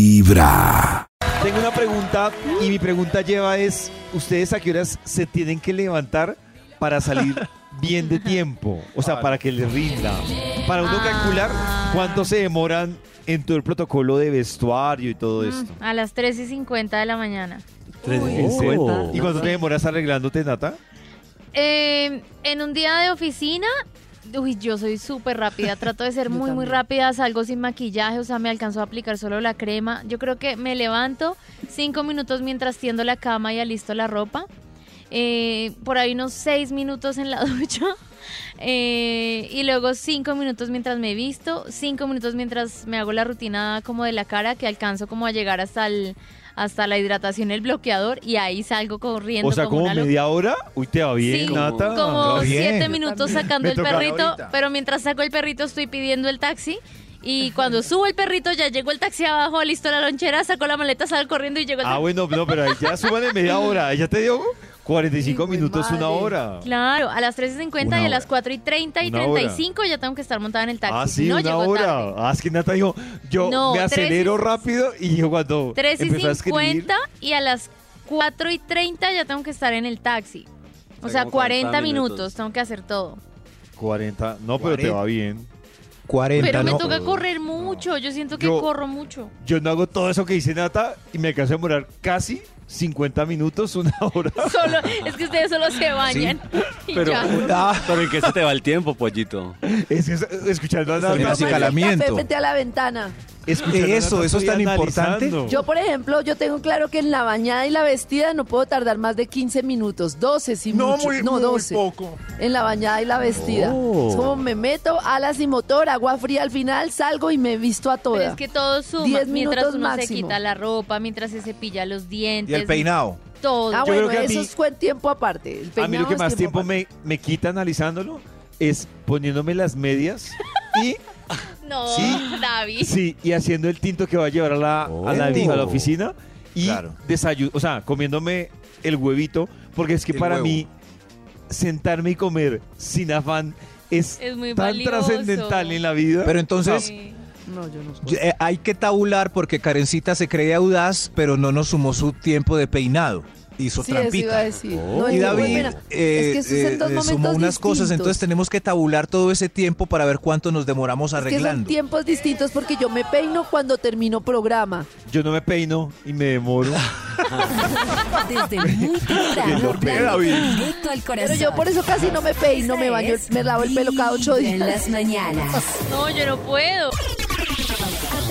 Vibra. Tengo una pregunta y mi pregunta lleva es, ¿ustedes a qué horas se tienen que levantar para salir bien de tiempo? O sea, para que les rinda. Para uno calcular cuánto se demoran en todo el protocolo de vestuario y todo esto. A las 3 y 50 de la mañana. ¿Y cuánto te demoras arreglándote, Nata? Eh, en un día de oficina, uy, yo soy súper rápida. Trato de ser muy, muy rápida. Salgo sin maquillaje, o sea, me alcanzó a aplicar solo la crema. Yo creo que me levanto cinco minutos mientras tiendo la cama y alisto la ropa. Eh, por ahí unos seis minutos en la ducha. Eh, y luego cinco minutos mientras me visto, cinco minutos mientras me hago la rutina como de la cara, que alcanzo como a llegar hasta el, hasta la hidratación, el bloqueador, y ahí salgo corriendo. O sea, como una loca. media hora. Uy, te va bien, Sí, Nata. como Te va bien. siete minutos sacando Me el toca perrito, ahorita. pero mientras saco el perrito estoy pidiendo el taxi. Y cuando subo el perrito, ya llegó el taxi abajo, listo la lonchera, saco la maleta, salgo corriendo y llego el Ah, taxi. bueno, no, pero ahí ya súmale media hora. Ya te dio 45 minutos, una hora. Claro, a las 3.50 y Una a las 4.30 y Una hora. 35 ya tengo que estar montada en el taxi. Ah, si sí, no una llego hora. tarde. Ah, es que Nata dijo, yo No, me tres y- acelero rápido y yo cuando 3 y empezó a escribir... 50 y a las 4 y 30 ya tengo que estar en el taxi. O sea, 40 minutos, tengo que hacer todo. 40. No, pero te va bien. 40. Pero me no. toca correr mucho, yo siento que Yo- corro mucho. Yo no hago todo eso que dice Nata y me alcanzo a demorar casi 50 minutos, una hora. Solo, es que ustedes solo se bañan. y Pero, ya. pero ¿en qué se te va el tiempo, pollito? Es que es- escuchando a El Nata. así- acicalamiento. Café frente a la ventana. escuchando a Nata Eso, eso es estoy tan importante. analizando. Yo, por ejemplo, yo tengo claro que en la bañada y la vestida no puedo tardar más de 15 minutos, 12 si No, mucho. muy, no, muy 12. poco. En la bañada y la vestida. Oh. Es como me meto, alas y motor, agua fría al final, salgo y me visto a Pero toda. es que todo suma, Diez mientras minutos uno se máximo. quita la ropa, mientras se cepilla los dientes. Y el peinado. Todo. Ah, Yo creo bueno, que a eso mí- fue en tiempo aparte. El A mí lo peinado que es más tiempo aparte. me, me quita analizándolo es poniéndome las medias y, No, Sí. David. sí, y haciendo el tinto que va a llevar a la, a la, Oh. a la oficina y Claro. desayuno, o sea, comiéndome el huevito, porque es que El para huevo. mí sentarme y comer sin afán es, Es muy tan valioso. trascendental en la vida. Pero entonces Sí. No, yo no puedo. eh, hay que tabular porque Karencita se cree audaz, pero no nos sumó su tiempo de peinado. Hizo Sí, eso iba a trampita. decir. Oh. No, Y el tiempo David apenas- eh, es que esos son dos eh, momentos sumó unas cosas, distintos. entonces tenemos que tabular todo ese tiempo para ver cuánto nos demoramos Es que son arreglando. tiempos distintos porque yo me peino cuando termino programa. Yo no me peino y me demoro. Desde muy temprano, hablando directo al Pero corazón. yo por eso casi no me peino, Esta me baño, es me lavo el pelo cada ocho Vibra En días. las mañanas. No, yo no puedo. A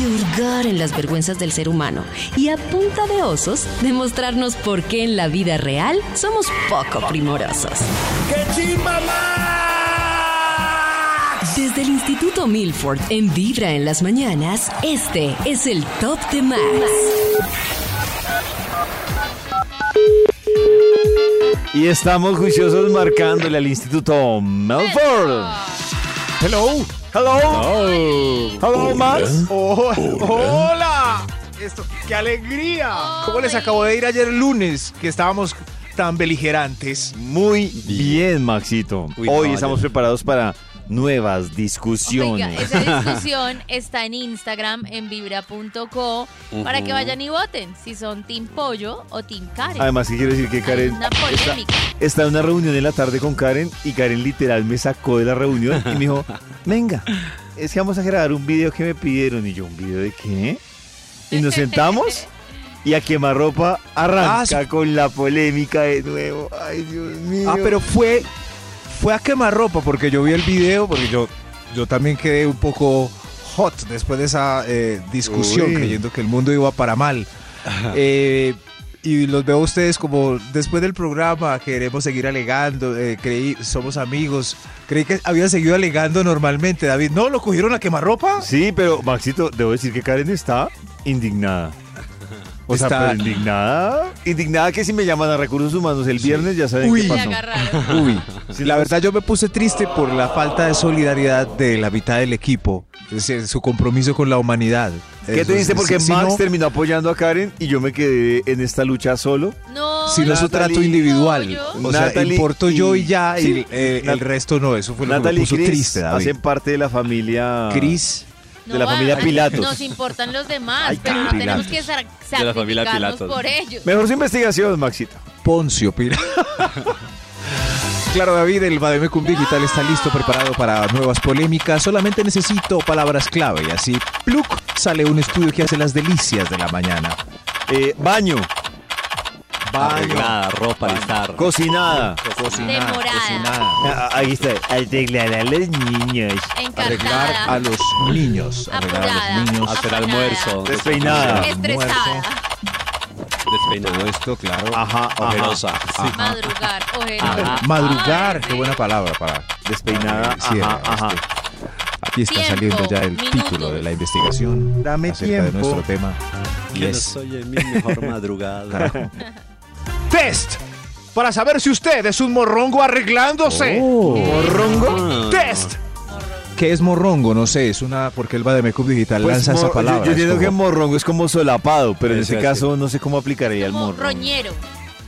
De hurgar en las vergüenzas del ser humano. Y a punta de osos, demostrarnos por qué en la vida real somos poco primorosos. Desde el Instituto Milford, en Vibra en las mañanas, este es el Top de Max. Y estamos juiciosos marcándole al Instituto Melford. Hello, hello, hello, Max. ¿eh? Oh, ¡Hola! Esto, ¡Qué alegría! ¿Cómo les acabó de ir ayer lunes que estábamos tan beligerantes? Muy bien, Maxito. Uy, Hoy no, estamos ya- preparados para nuevas Oiga, discusiones. esa discusión está en Instagram, en vibra.co, para que Ujú. vayan y voten si son Team Pollo o Team Karen. Además, ¿qué quiere decir que Hay Karen una está, polémica. está en una reunión en la tarde con Karen y Karen literal me sacó de la reunión y me dijo, venga, es que vamos a grabar un video que me pidieron y yo, ¿un video de qué? Y nos sentamos y a quemarropa arranca Ah, sí. con la polémica de nuevo. Ay, Dios mío. Ah, pero fue, fue a quemar ropa porque yo vi el video, porque yo, yo también quedé un poco hot después de esa eh, discusión, Uy. creyendo que el mundo iba para mal. Eh, y los veo a ustedes como después del programa queremos seguir alegando, eh, creí, somos amigos. Creí que había seguido alegando normalmente, David. No, lo cogieron a quemar ropa. Sí, pero Maxito, debo decir que Karen está indignada. O sea, Está- pero indignada. Indignada que si me llaman a recursos humanos el viernes ya saben Uy. qué Le pasó. agarraron. Uy, la verdad yo me puse triste por la falta de solidaridad de la mitad del equipo, es decir, su compromiso con la humanidad. ¿Qué Eso te dice? es- Porque si Max no- terminó apoyando a Karen y yo me quedé en esta lucha solo. No, si no es un Natalie- trato individual. No, yo- o sea, Natalie importo y- yo y ya, y sí. el- eh, el Nat- resto no. Eso fue lo que Natalie me y puso Chris triste, David. hacen parte de la familia. Cris, no de la va, familia Pilatos. Nos importan los demás, Ay, pero no tenemos Pilatos. que sa- De la familia sacrificarnos Pilatos. por ellos. Mejor su investigación, Maxita. Poncio, Pira. Claro, David, el Bademecum Digital está listo, preparado para nuevas polémicas. Solamente necesito palabras clave y así, pluk, sale un estudio que hace las delicias de la mañana. Eh, baño, Arreglada, ropa, listar. cocinada. Cocinar, Demorada. cocinar. Ah, Ahí está. Arreglar a las niñas. Arreglar Encantada. a los niños. Arreglar a Apurada. los niños. Hacer Apanada. almuerzo. Despeinada. Estresada. muerto. Todo Despeinado. esto, claro. Ajá, Ojerosa. Madrugar. Ojerosa. Ajá. Madrugar, Ay, qué buena palabra para Despeinada, para el cierre, ajá, ajá. este. Aquí está Tiempo, saliendo ya el título minutos. de la investigación Dame acerca de tiempo. nuestro tema. Y Yo no es soy en mi mejor madrugada. Test para saber si usted es un morrongo arreglándose. ¿Morrongo? Test ¿Qué es morrongo? No sé, es una porque el Bademecum Digital Pues, lanza mor- esa yo- palabra. Yo, es entiendo que como- morrongo es como solapado, pero en Eso este iba a caso no sé cómo aplicaría el Como morrongo. roñero,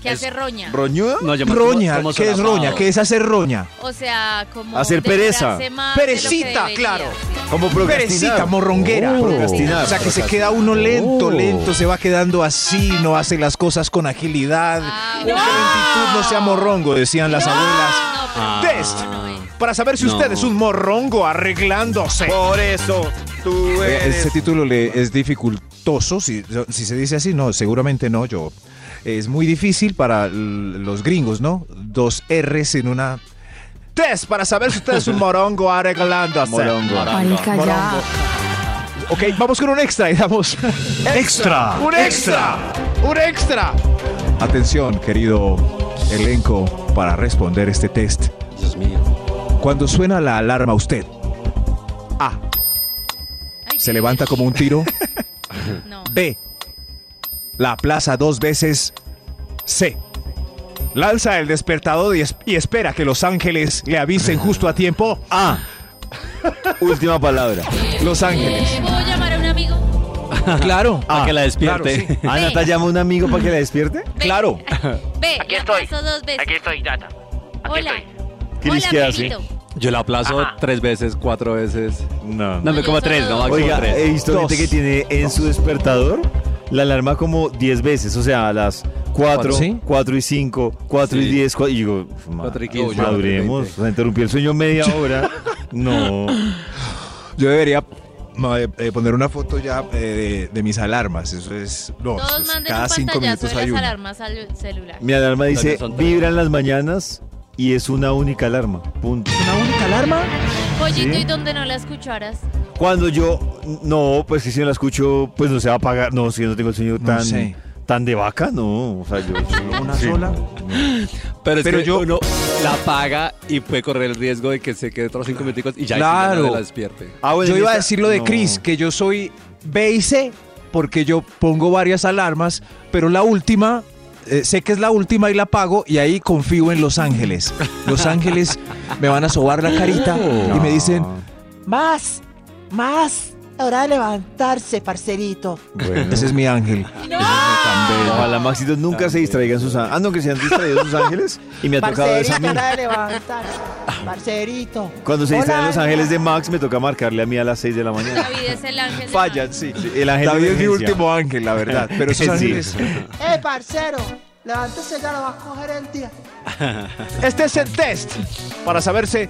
que hace roña. ¿Roñudo? No, yo me- Roña, como ¿qué es solapado. roña? ¿Qué es hacer roña? O sea, como... Hacer pereza. demorarse más Ah, de lo que Perecita, debería, claro. sí. Como procrastinar. Perecita, morronguera. Oh. Procrastinar. O sea, que se queda uno lento, Oh. lento, se va quedando así, no hace las cosas con agilidad. Ah, Con no. lentitud no sea morrongo, decían las No, abuelas. no, pero Ah. Test. no, no es. para saber si No. usted es un morrongo arreglándose. Por eso tú Oiga, eres... Este título le es dificultoso, si, si se dice así, no, seguramente no, yo. Es muy difícil para l- los gringos, ¿no? Dos R's en una... Test para saber si usted es un morongo arreglándose. Marica, Morongo. Ok, vamos con un extra y damos ¡Extra! un extra. Un extra. Atención, querido elenco, para responder este test. Dios mío. Cuando suena la alarma usted, Ah, A. Ay, Se qué levanta como un tiro. No. B. La aplaza dos veces. C. Lanza el despertador y, es- y espera que los ángeles le avisen justo a tiempo. Ah. Última palabra. Los ángeles. Eh, ¿Puedo llamar a un amigo? Claro. Para que la despierte. Ah, ¿Anata llama a un amigo para que la despierte? Ve. Claro. Ve, Aquí la estoy. paso dos veces. Aquí estoy, Data. Aquí Hola. estoy. Cris, Hola, ¿qué hace? amiguito. Yo la aplazo tres veces, cuatro veces. No. No, me yo como tres, solo no, máximo Oiga, tres. he visto gente Dos. que tiene en su despertador la alarma como 10 veces, o sea, a las 4, ¿Sí? 4 y 5, 4 y Sí. 10, y digo, Cuatro y ma- quince, maduremos, veinte. o sea, interrumpí el sueño media hora. No. Yo debería ma, eh, eh, poner una foto ya eh, de, de mis alarmas. Eso es. No, eso Todos es manden cada un cinco pantallazo minutos de hay una. las alarmas al celular. Mi alarma dice, son tres. vibra en las mañanas y es una única alarma. Punto. Pollito, ¿Sí? ¿y donde no la escucharas? Cuando yo, no, pues que si no la escucho, pues no se va a apagar. No, si yo no tengo el sueño No tan, sé. tan de vaca, no. O sea, yo solo Una sí. sola. Pero es Pero que yo- uno la paga y puede correr el riesgo de que se quede otros cinco minuticos y ya el Claro. siguiente no la despierte. Ah, bueno, yo en iba a esta- decir lo de no. Chris, que yo soy B y C, porque yo pongo varias alarmas, pero la última, eh, sé que es la última y la pago, y ahí confío en Los Ángeles. Los Ángeles me van a sobar la carita y me dicen, Más, más. Hora de levantarse, parcerito. Bueno. ese es mi ángel. Ojalá Maxito nunca se distraigan sus ángeles. Ah, no, que se han distraído sus ángeles. Y me ha tocado eso a Parcerito, mí. hora de levantarse. Parcerito. Cuando se Hola, eh. distraen los Ángel. ángeles de Max, me toca marcarle a mí a las 6 de la mañana. David es el ángel. de Fallan, sí. El ángel David de es mi emergencia. último ángel, la verdad. Pero esos Sí. ángeles... Eh, parcero, levántese ya, lo vas a coger el día. Este es el test para saberse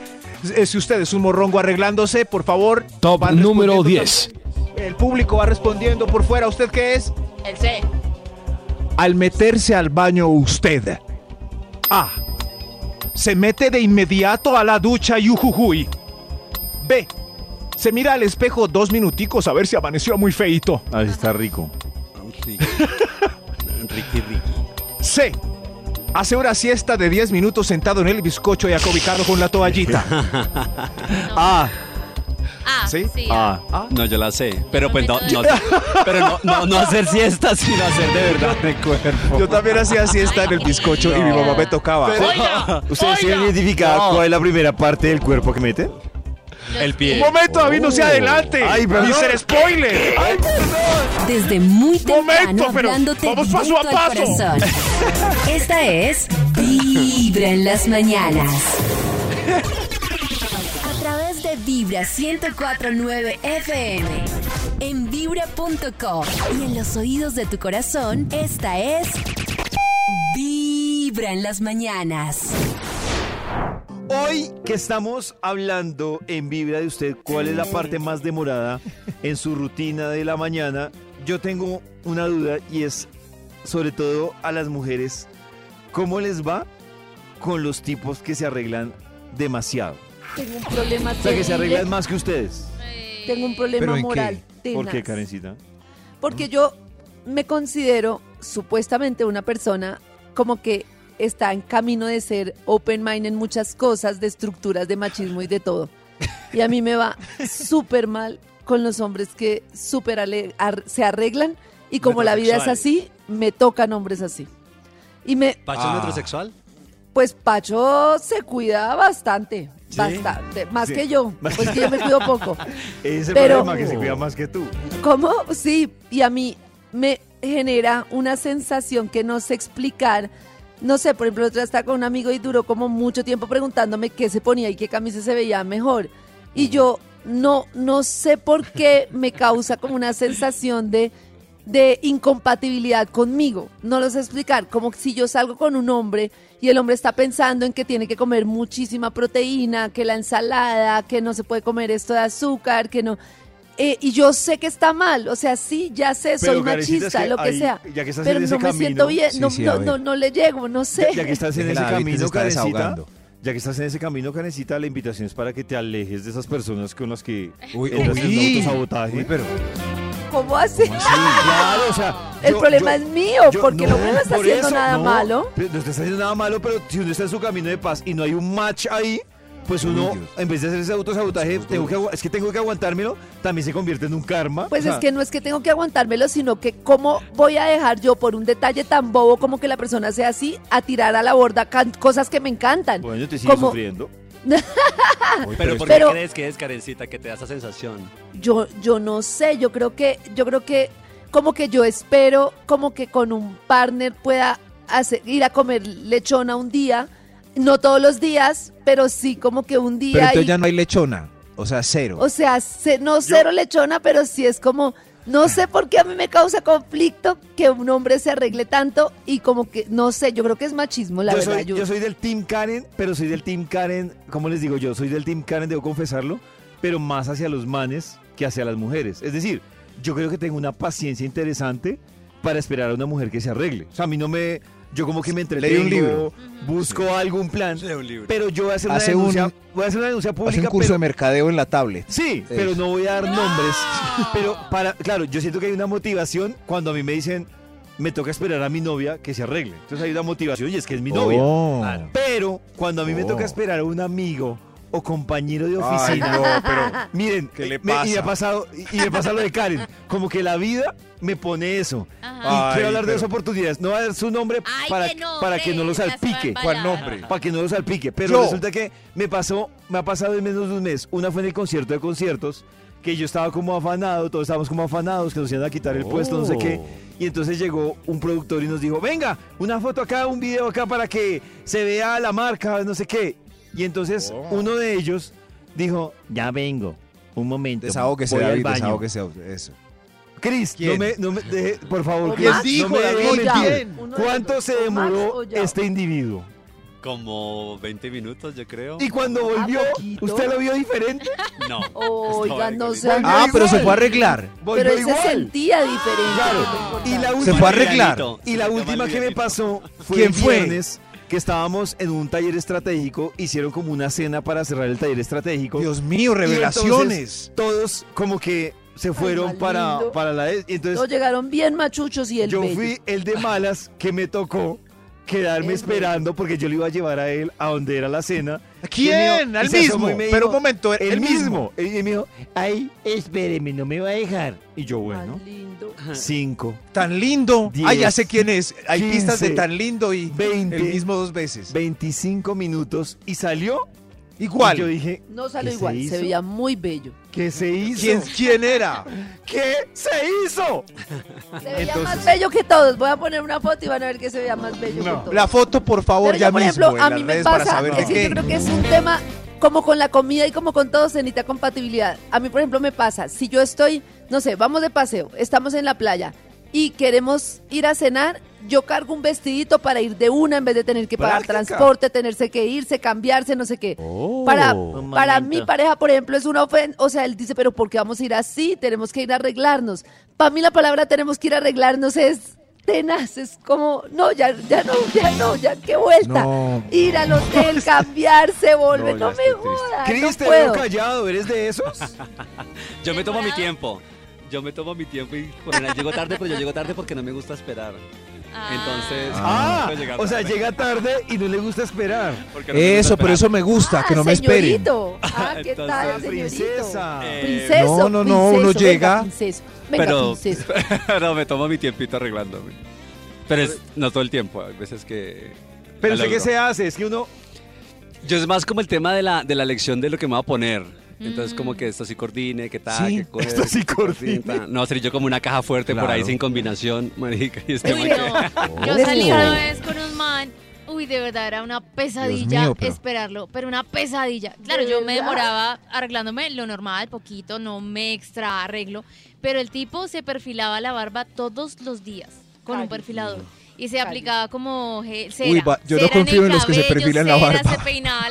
eh, si usted es un morrongo arreglándose. Por favor. Top número 10. El público va respondiendo por fuera. ¿Usted qué es? El C. Al meterse al baño usted. A. Se mete de inmediato a la ducha y ujujuy. B. Se mira al espejo dos minuticos a ver si amaneció muy feito. Ah, sí, está rico. Ricky, Ricky. Ricky. C. Hace una siesta de 10 minutos sentado en el bizcocho y acobijado con la toallita. Ah, Ah, ¿Sí? sí. Ah, no, yo la sé. Pero pues no, Yo- no, pero no, no, no hacer siestas, sino hacer de verdad de cuerpo. Yo también hacía siesta en el bizcocho y mi mamá me tocaba. ah, Oiga, ¿Ustedes tienen identificada cuál es la primera parte del cuerpo que Oh. mete? El pie. Un momento, David, no se adelante. Ay, perdón. y ser spoiler. Desde muy temprano Momento, pero hablándote vamos paso a directo al paso. corazón. Esta es Vibra en las mañanas. A través de Vibra 104.9 FM. En vibra.com. Y en los oídos de tu corazón, esta es... Vibra en las mañanas. Hoy que estamos hablando en Vibra de usted, ¿cuál es la parte más demorada en su rutina de la mañana? Yo tengo una duda y es sobre todo a las mujeres, ¿cómo les va con los tipos que se arreglan demasiado? Tengo un problema O sea, que se terrible. arreglan más que ustedes. Tengo un ¿Pero problema en qué? moral. ¿Por qué, tenaz. Karencita? Porque yo me considero supuestamente una persona como que está en camino de ser open mind en muchas cosas, de estructuras, de machismo y de todo. Y a mí me va súper mal con los hombres que súper ale- ar- se arreglan y como la vida es así, me tocan hombres así. Y me, ¿Pacho Ah. metrosexual? pues Pacho se cuida bastante, bastante, más Sí. que yo, pues que yo me cuido poco. Ese es el Pero- problema, que se cuida más que tú. ¿Cómo? Sí, y a mí me genera una sensación que no sé explicar. No sé, por ejemplo, otra estaba con un amigo y duró como mucho tiempo preguntándome qué se ponía y qué camisa se veía mejor. Y yo no, no sé por qué me causa como una sensación de, de incompatibilidad conmigo. No lo sé explicar. Como si yo salgo con un hombre y el hombre está pensando en que tiene que comer muchísima proteína, que la ensalada, que no se puede comer esto de azúcar, que no. Eh, y yo sé que está mal, o sea, sí, ya sé, soy Pero, Karencita, es machista, que lo que ahí, sea. ya que estás Pero en no ese me camino, siento bien, sí, no, sí, a no, ver. no, no le llego, no sé. Ya, ya que estás en ese Déjela, David, se camino, está Karencita, desahogando. ya que estás en ese camino, Karencita, la invitación es para que te alejes de esas personas con las que Uy, entras en uy. autosabotaje. Uy, pero ¿Cómo así? Sí, claro, o sea, El yo- problema yo- es mío, yo- porque el hombre no está por haciendo eso, nada no, malo. pero No está haciendo nada malo, pero si uno está en su camino de paz y no hay un match ahí, pues uno, Dios. en vez de hacer ese autosabotaje, Somos tengo que, agu- es que tengo que aguantármelo, también se convierte en un karma. Pues O sea, es que no es que tengo que aguantármelo, sino que cómo voy a dejar yo por un detalle tan bobo como que la persona sea así a tirar a la borda can- cosas que me encantan. Bueno, te sigues como- ah, sufriendo. Pero ¿por qué Pero- crees que es Karencita que te da esa sensación? Yo, yo no sé, yo creo que, yo creo que como que yo espero como que con un partner pueda hacer, ir a comer lechona un día, no todos los días, pero sí como que un pero día. entonces y- ya no hay lechona. O sea, cero. O sea, ce- no cero lechona, pero sí es como, no sé por qué a mí me causa conflicto que un hombre se arregle tanto y como que, no sé, yo creo que es machismo, la yo, verdad. soy, yo- yo soy del Team Karen, pero soy del Team Karen, ¿cómo les digo yo? Soy del Team Karen, debo confesarlo, pero más hacia los manes que hacia las mujeres. Es decir, yo creo que tengo una paciencia interesante para esperar a una mujer que se arregle. O sea, a mí no me... Yo como que me entretengo, Leí un libro. busco algún plan, Leo un libro. pero yo voy a hacer una Hace un- denuncia, voy a hacer una denuncia pública, Hace un curso pero- de mercadeo en la tablet. Sí, Eso. pero no voy a dar nombres. Pero para, claro, yo siento que hay una motivación cuando a mí me dicen, me toca esperar a mi novia que se arregle. Entonces hay una motivación y es que es mi novia. Oh. Ah, Pero cuando a mí me Oh. toca esperar a un amigo o compañero de Ay, oficina, no, pero miren, ¿Qué le me- y me pasa? ha pasado y me pasa lo de Karen, como que la vida me pone eso. Ajá. y Ay, quiero hablar de pero- esas oportunidades, no voy a dar su nombre Ay, para que no, para que no lo hombre, ya se va a salpique. embalar. ¿Cuál nombre? Para que no lo salpique. Pero Yo. resulta que me pasó, me ha pasado en menos de un mes. Una fue en el concierto de conciertos, que yo estaba como afanado, todos estábamos como afanados, que nos iban a quitar el puesto, Pues no sé qué. Oh. Y entonces llegó un productor y nos dijo, venga, una foto acá, un video acá para que se vea la marca, no sé qué. Y entonces Oh. uno de ellos dijo, ya vengo, un momento. Desahóguese, voy al David, baño". desahóguese. Eso. Cris, no ¿Quién? me, no me deje, por favor, ¿O Cris, Max? no me ¿O deje Yao? mentir. Uno de los ¿Cuánto dos. se ¿O Max demoró o Yao? este individuo? Como 20 minutos, yo creo. Y cuando volvió, Ah, poquito. ¿usted lo vio diferente? No. Oiga, no sé. igual. Ah, pero se igual. fue a arreglar. Volvió Pero él se igual. Ah, sentía diferente. Claro. no me Y la importaba. última, Se fue a arreglar. Livianito, y la se última llama que me livianito. pasó fue ¿Quién el fue? viernes que estábamos en un taller estratégico, hicieron como una cena para cerrar el taller estratégico. Dios mío, Y entonces revelaciones. todos como que se fueron más para, lindo. para la... y Entonces Todos llegaron bien machuchos y el yo bello. fui el de malas que me tocó quedarme El bello. esperando porque yo le iba a llevar a él a donde era la cena ¿Quién? Al mismo. Pero un momento, el, el mismo. mismo. Y me dijo, ay, espéreme, no me va a dejar. Y yo, bueno, Tan lindo. cinco, Tan lindo. Diez, Ay, ya sé quién es. Hay pistas de quince, tan lindo y veinte, el mismo dos veces. 25 minutos y salió. Y yo Igual. dije, No salió ¿Qué se igual, se, hizo? veía muy bello. ¿qué se hizo? ¿Quién, ¿Quién era? ¿Qué se hizo? Se veía Entonces- más bello que todos. Voy a poner una foto y van a ver que se veía más bello que No. todos. La foto, por favor, Pero ya yo, por mismo. ejemplo, en a las mí me redes para pasa, saber de es que yo qué. creo que es un tema como con la comida y como con todo se necesita compatibilidad. A mí, por ejemplo, me pasa, si yo estoy, no sé, vamos de paseo, estamos en la playa y queremos ir a cenar, yo cargo un vestidito para ir de una en vez de tener que pagar Práctica. transporte, tenerse que irse, cambiarse, no sé qué. Para, Oh. Un para mi momento. pareja, por ejemplo, es una ofensa. O sea, él dice, pero ¿por qué vamos a ir así? Tenemos que ir a arreglarnos. Para mí la palabra tenemos que ir a arreglarnos es tenaz, es como, no, ya, ya no, ya no, ya qué vuelta. No. Ir al hotel, cambiarse, volver, No, ya no, me estoy triste. jodas, no Cris, te veo puedo. callado, ¿eres de esos? Yo me tomo mi tiempo. Yo me tomo mi tiempo y por general llego tarde, pero yo llego tarde porque no me gusta esperar. Entonces, Ah, no puedo llegar o sea, tarde llega tarde y no le gusta esperar. porque no me gusta Eso, pero eso esperar. me gusta, Ah, que no me esperen. señorito. Ah, ¿qué tal, Entonces, señorito? Princesa. Eh, No, Princeso, no, no, princeso, uno venga, llega. princeso. Venga, pero, princeso. pero me tomo mi tiempito arreglándome. Pero es, no todo el tiempo, hay veces que... Pero la sé que logro. se hace, es que uno Yo es más como el tema de la, de la lección de lo que me va a poner. Entonces, como que esto sí coordine, que tal, Sí, que coge, esto sí que coordine, coordine. tal. No, sería yo como una caja fuerte por ahí Claro. sin combinación, marica. Y este man Uy, que- no. Yo Oh. salí una vez con un man. Uy, de verdad, era una pesadilla mío, pero- esperarlo, pero una pesadilla. Claro, ¿De yo me verdad? demoraba arreglándome lo normal, poquito, no me extra arreglo, pero el tipo se perfilaba la barba todos los días con un Cállate. perfilador. Y se Cállate. aplicaba como gel- cera. Uy, va- yo no cera el confío en los que se cabello, perfilan la cera, barba. Se peinaba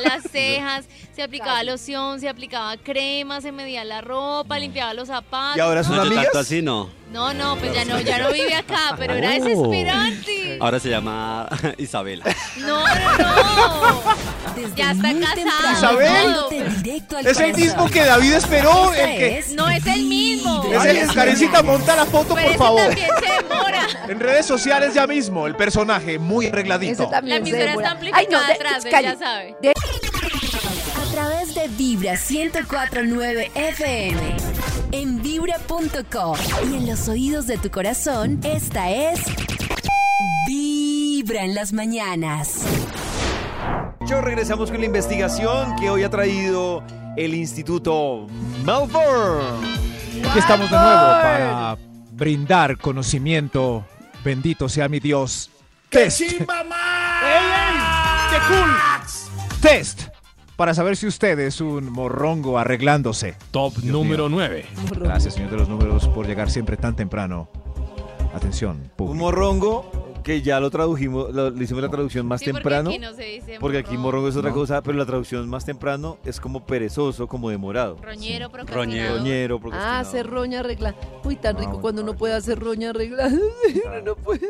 las cejas, se aplicaba Cállate. loción, se aplicaba crema, se medía la ropa, limpiaba los zapatos. Y ahora es No, ¿Son yo amigas? tanto así no. No, no, pues ya no, ya no vive acá, ah, pero Oh. era desesperante. Ahora se llama Isabela. No, no, no. Desde Ya está muy casado. pues. temprano, Isabel. dándote directo al Es el corazón. mismo que David esperó. Esta El que, es No es el mismo. es Vibra. el, Karencita, monta la foto, por Pero Pues ese favor. también se demora. En redes sociales ya mismo, el personaje muy Ese arregladito. La también se emisora está demora. amplificada Ay, no, de- atrás, él calle. ya sabe. A través de Vibra 104.9 FM. En Vibra.co. Y en los oídos de tu corazón, esta es... Vibra en las mañanas. Yo regresamos con la investigación que hoy ha traído el Instituto Malfour. Aquí estamos de nuevo para brindar conocimiento. Bendito sea mi Dios. Test. ¡Ey, ey! Test. Para saber si usted es un morrongo arreglándose. Top Dios número 9. Gracias, señor de los números, por llegar siempre tan temprano. Atención, Un público. morrongo que ya lo tradujimos, lo- le hicimos la traducción más Sí, temprano. Porque aquí no se dice Porque aquí morro- morrongo es otra No. cosa, pero la traducción más temprano es como perezoso, como demorado. Roñero, Roñero. procrastinador. Roñero, Ah, procrastinador. hacer roña arregla. Uy, tan Ah, rico bueno, cuando uno puede hacer roña arregla. Uno no puede.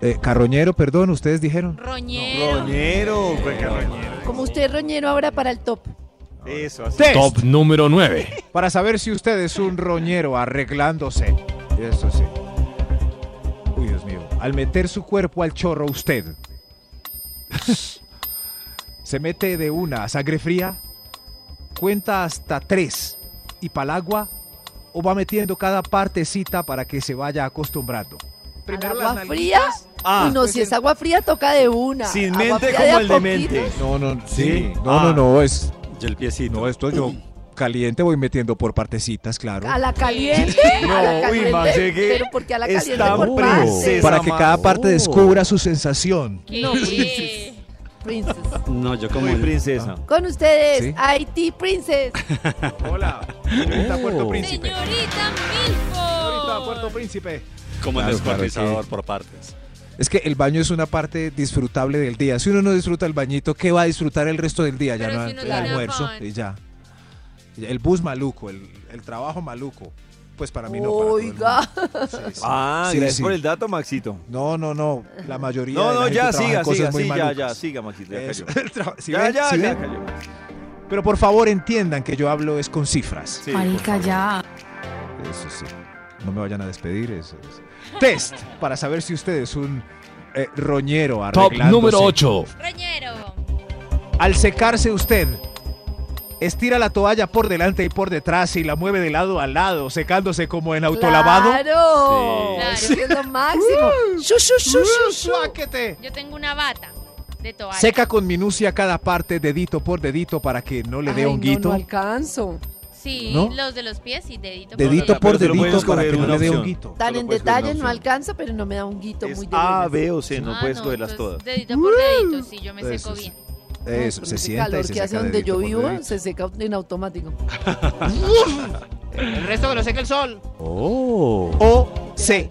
Eh, carroñero, perdón, ustedes dijeron. Roñero. Roñero, fue que roñero. Como usted es roñero ahora para el top. Eso, así. Test. Top número 9. Para saber si usted es un roñero arreglándose. Eso sí. Uy, Dios mío. Al meter su cuerpo al chorro, usted. se mete de una a sangre fría. Cuenta hasta tres. Y pa'l agua. O va metiendo cada partecita para que se vaya acostumbrando. ¿Al Primero agua las fría? Uy, no, si es agua fría, toca de una. Ah. Sin Agua mente fría de como a el demente. poquitos. No, no, sí. No, Ah. no, no, es. Yo el piecito. No, esto yo caliente voy metiendo por partecitas, claro. ¿A la caliente? ¿A la No, uy, caliente? parce, que Pero porque a la caliente está por hombre. parte. Para Para que que ma- cada parte Oh. descubra su sensación. ¿Qué? No, Princess. No, yo como Como el... princesa. Con ustedes, Sí. Haití Princess. Hola. Señorita Puerto Príncipe. Señorita Milfo. Señorita Puerto Príncipe. Como el Claro, claro, descuartizador por partes. Es que el baño es una parte disfrutable del día. Si uno no disfruta el bañito, ¿qué va a disfrutar el resto del día? Pero ya no si uno el tiene almuerzo afán. y ya. Y El bus maluco, el, el trabajo maluco. Pues para mí no. para todo el mundo. Oiga. Sí, sí. Ah, Sí, gracias sí. por el dato, Maxito. No, no, no. La mayoría. No, de la no, gente ya, trabaja en siga, cosas siga, muy sí, ya, malucas. ya, siga, Maxito, ya Eso. cayó. El traba- ¿sí Ya, ven? ya, ¿Sí ya ven? cayó. Pero por favor entiendan que yo hablo es con cifras. Sí, por favor. ya. Eso sí. No me vayan a despedir. eso es. Test para saber si usted es un eh, roñero Top arreglándose. número 8. Reñero. Al secarse usted, estira la toalla por delante y por detrás y la mueve de lado a lado, secándose como en autolavado. Claro, Sí. Eso es lo Uh. máximo. Shu, shu, shu, shu, shu. Suáquete. Yo tengo una bata de toalla. Seca con minucia cada parte, dedito por dedito, para que no le Ay, dé no, honguito. No, alcanzo. Sí, ¿No? los de los pies y dedito. Dedito por dedito. por Pero solo dedito puedes para coger que no una le dé opción. honguito. Tan Solo en puedes coger una detalle no opción. alcanzo, pero no me da honguito muy Uh. Es de A, buenas. B o C, no Ah, puedes cogerlas entonces, todas. Pues Dedito por dedito, sí, yo me Eso seco sí. bien. Eso, Con se ese sienta y calor se que hace seca donde dedito yo por vivo dedito. se seca en automático. El resto que lo seque el sol. Oh. O C.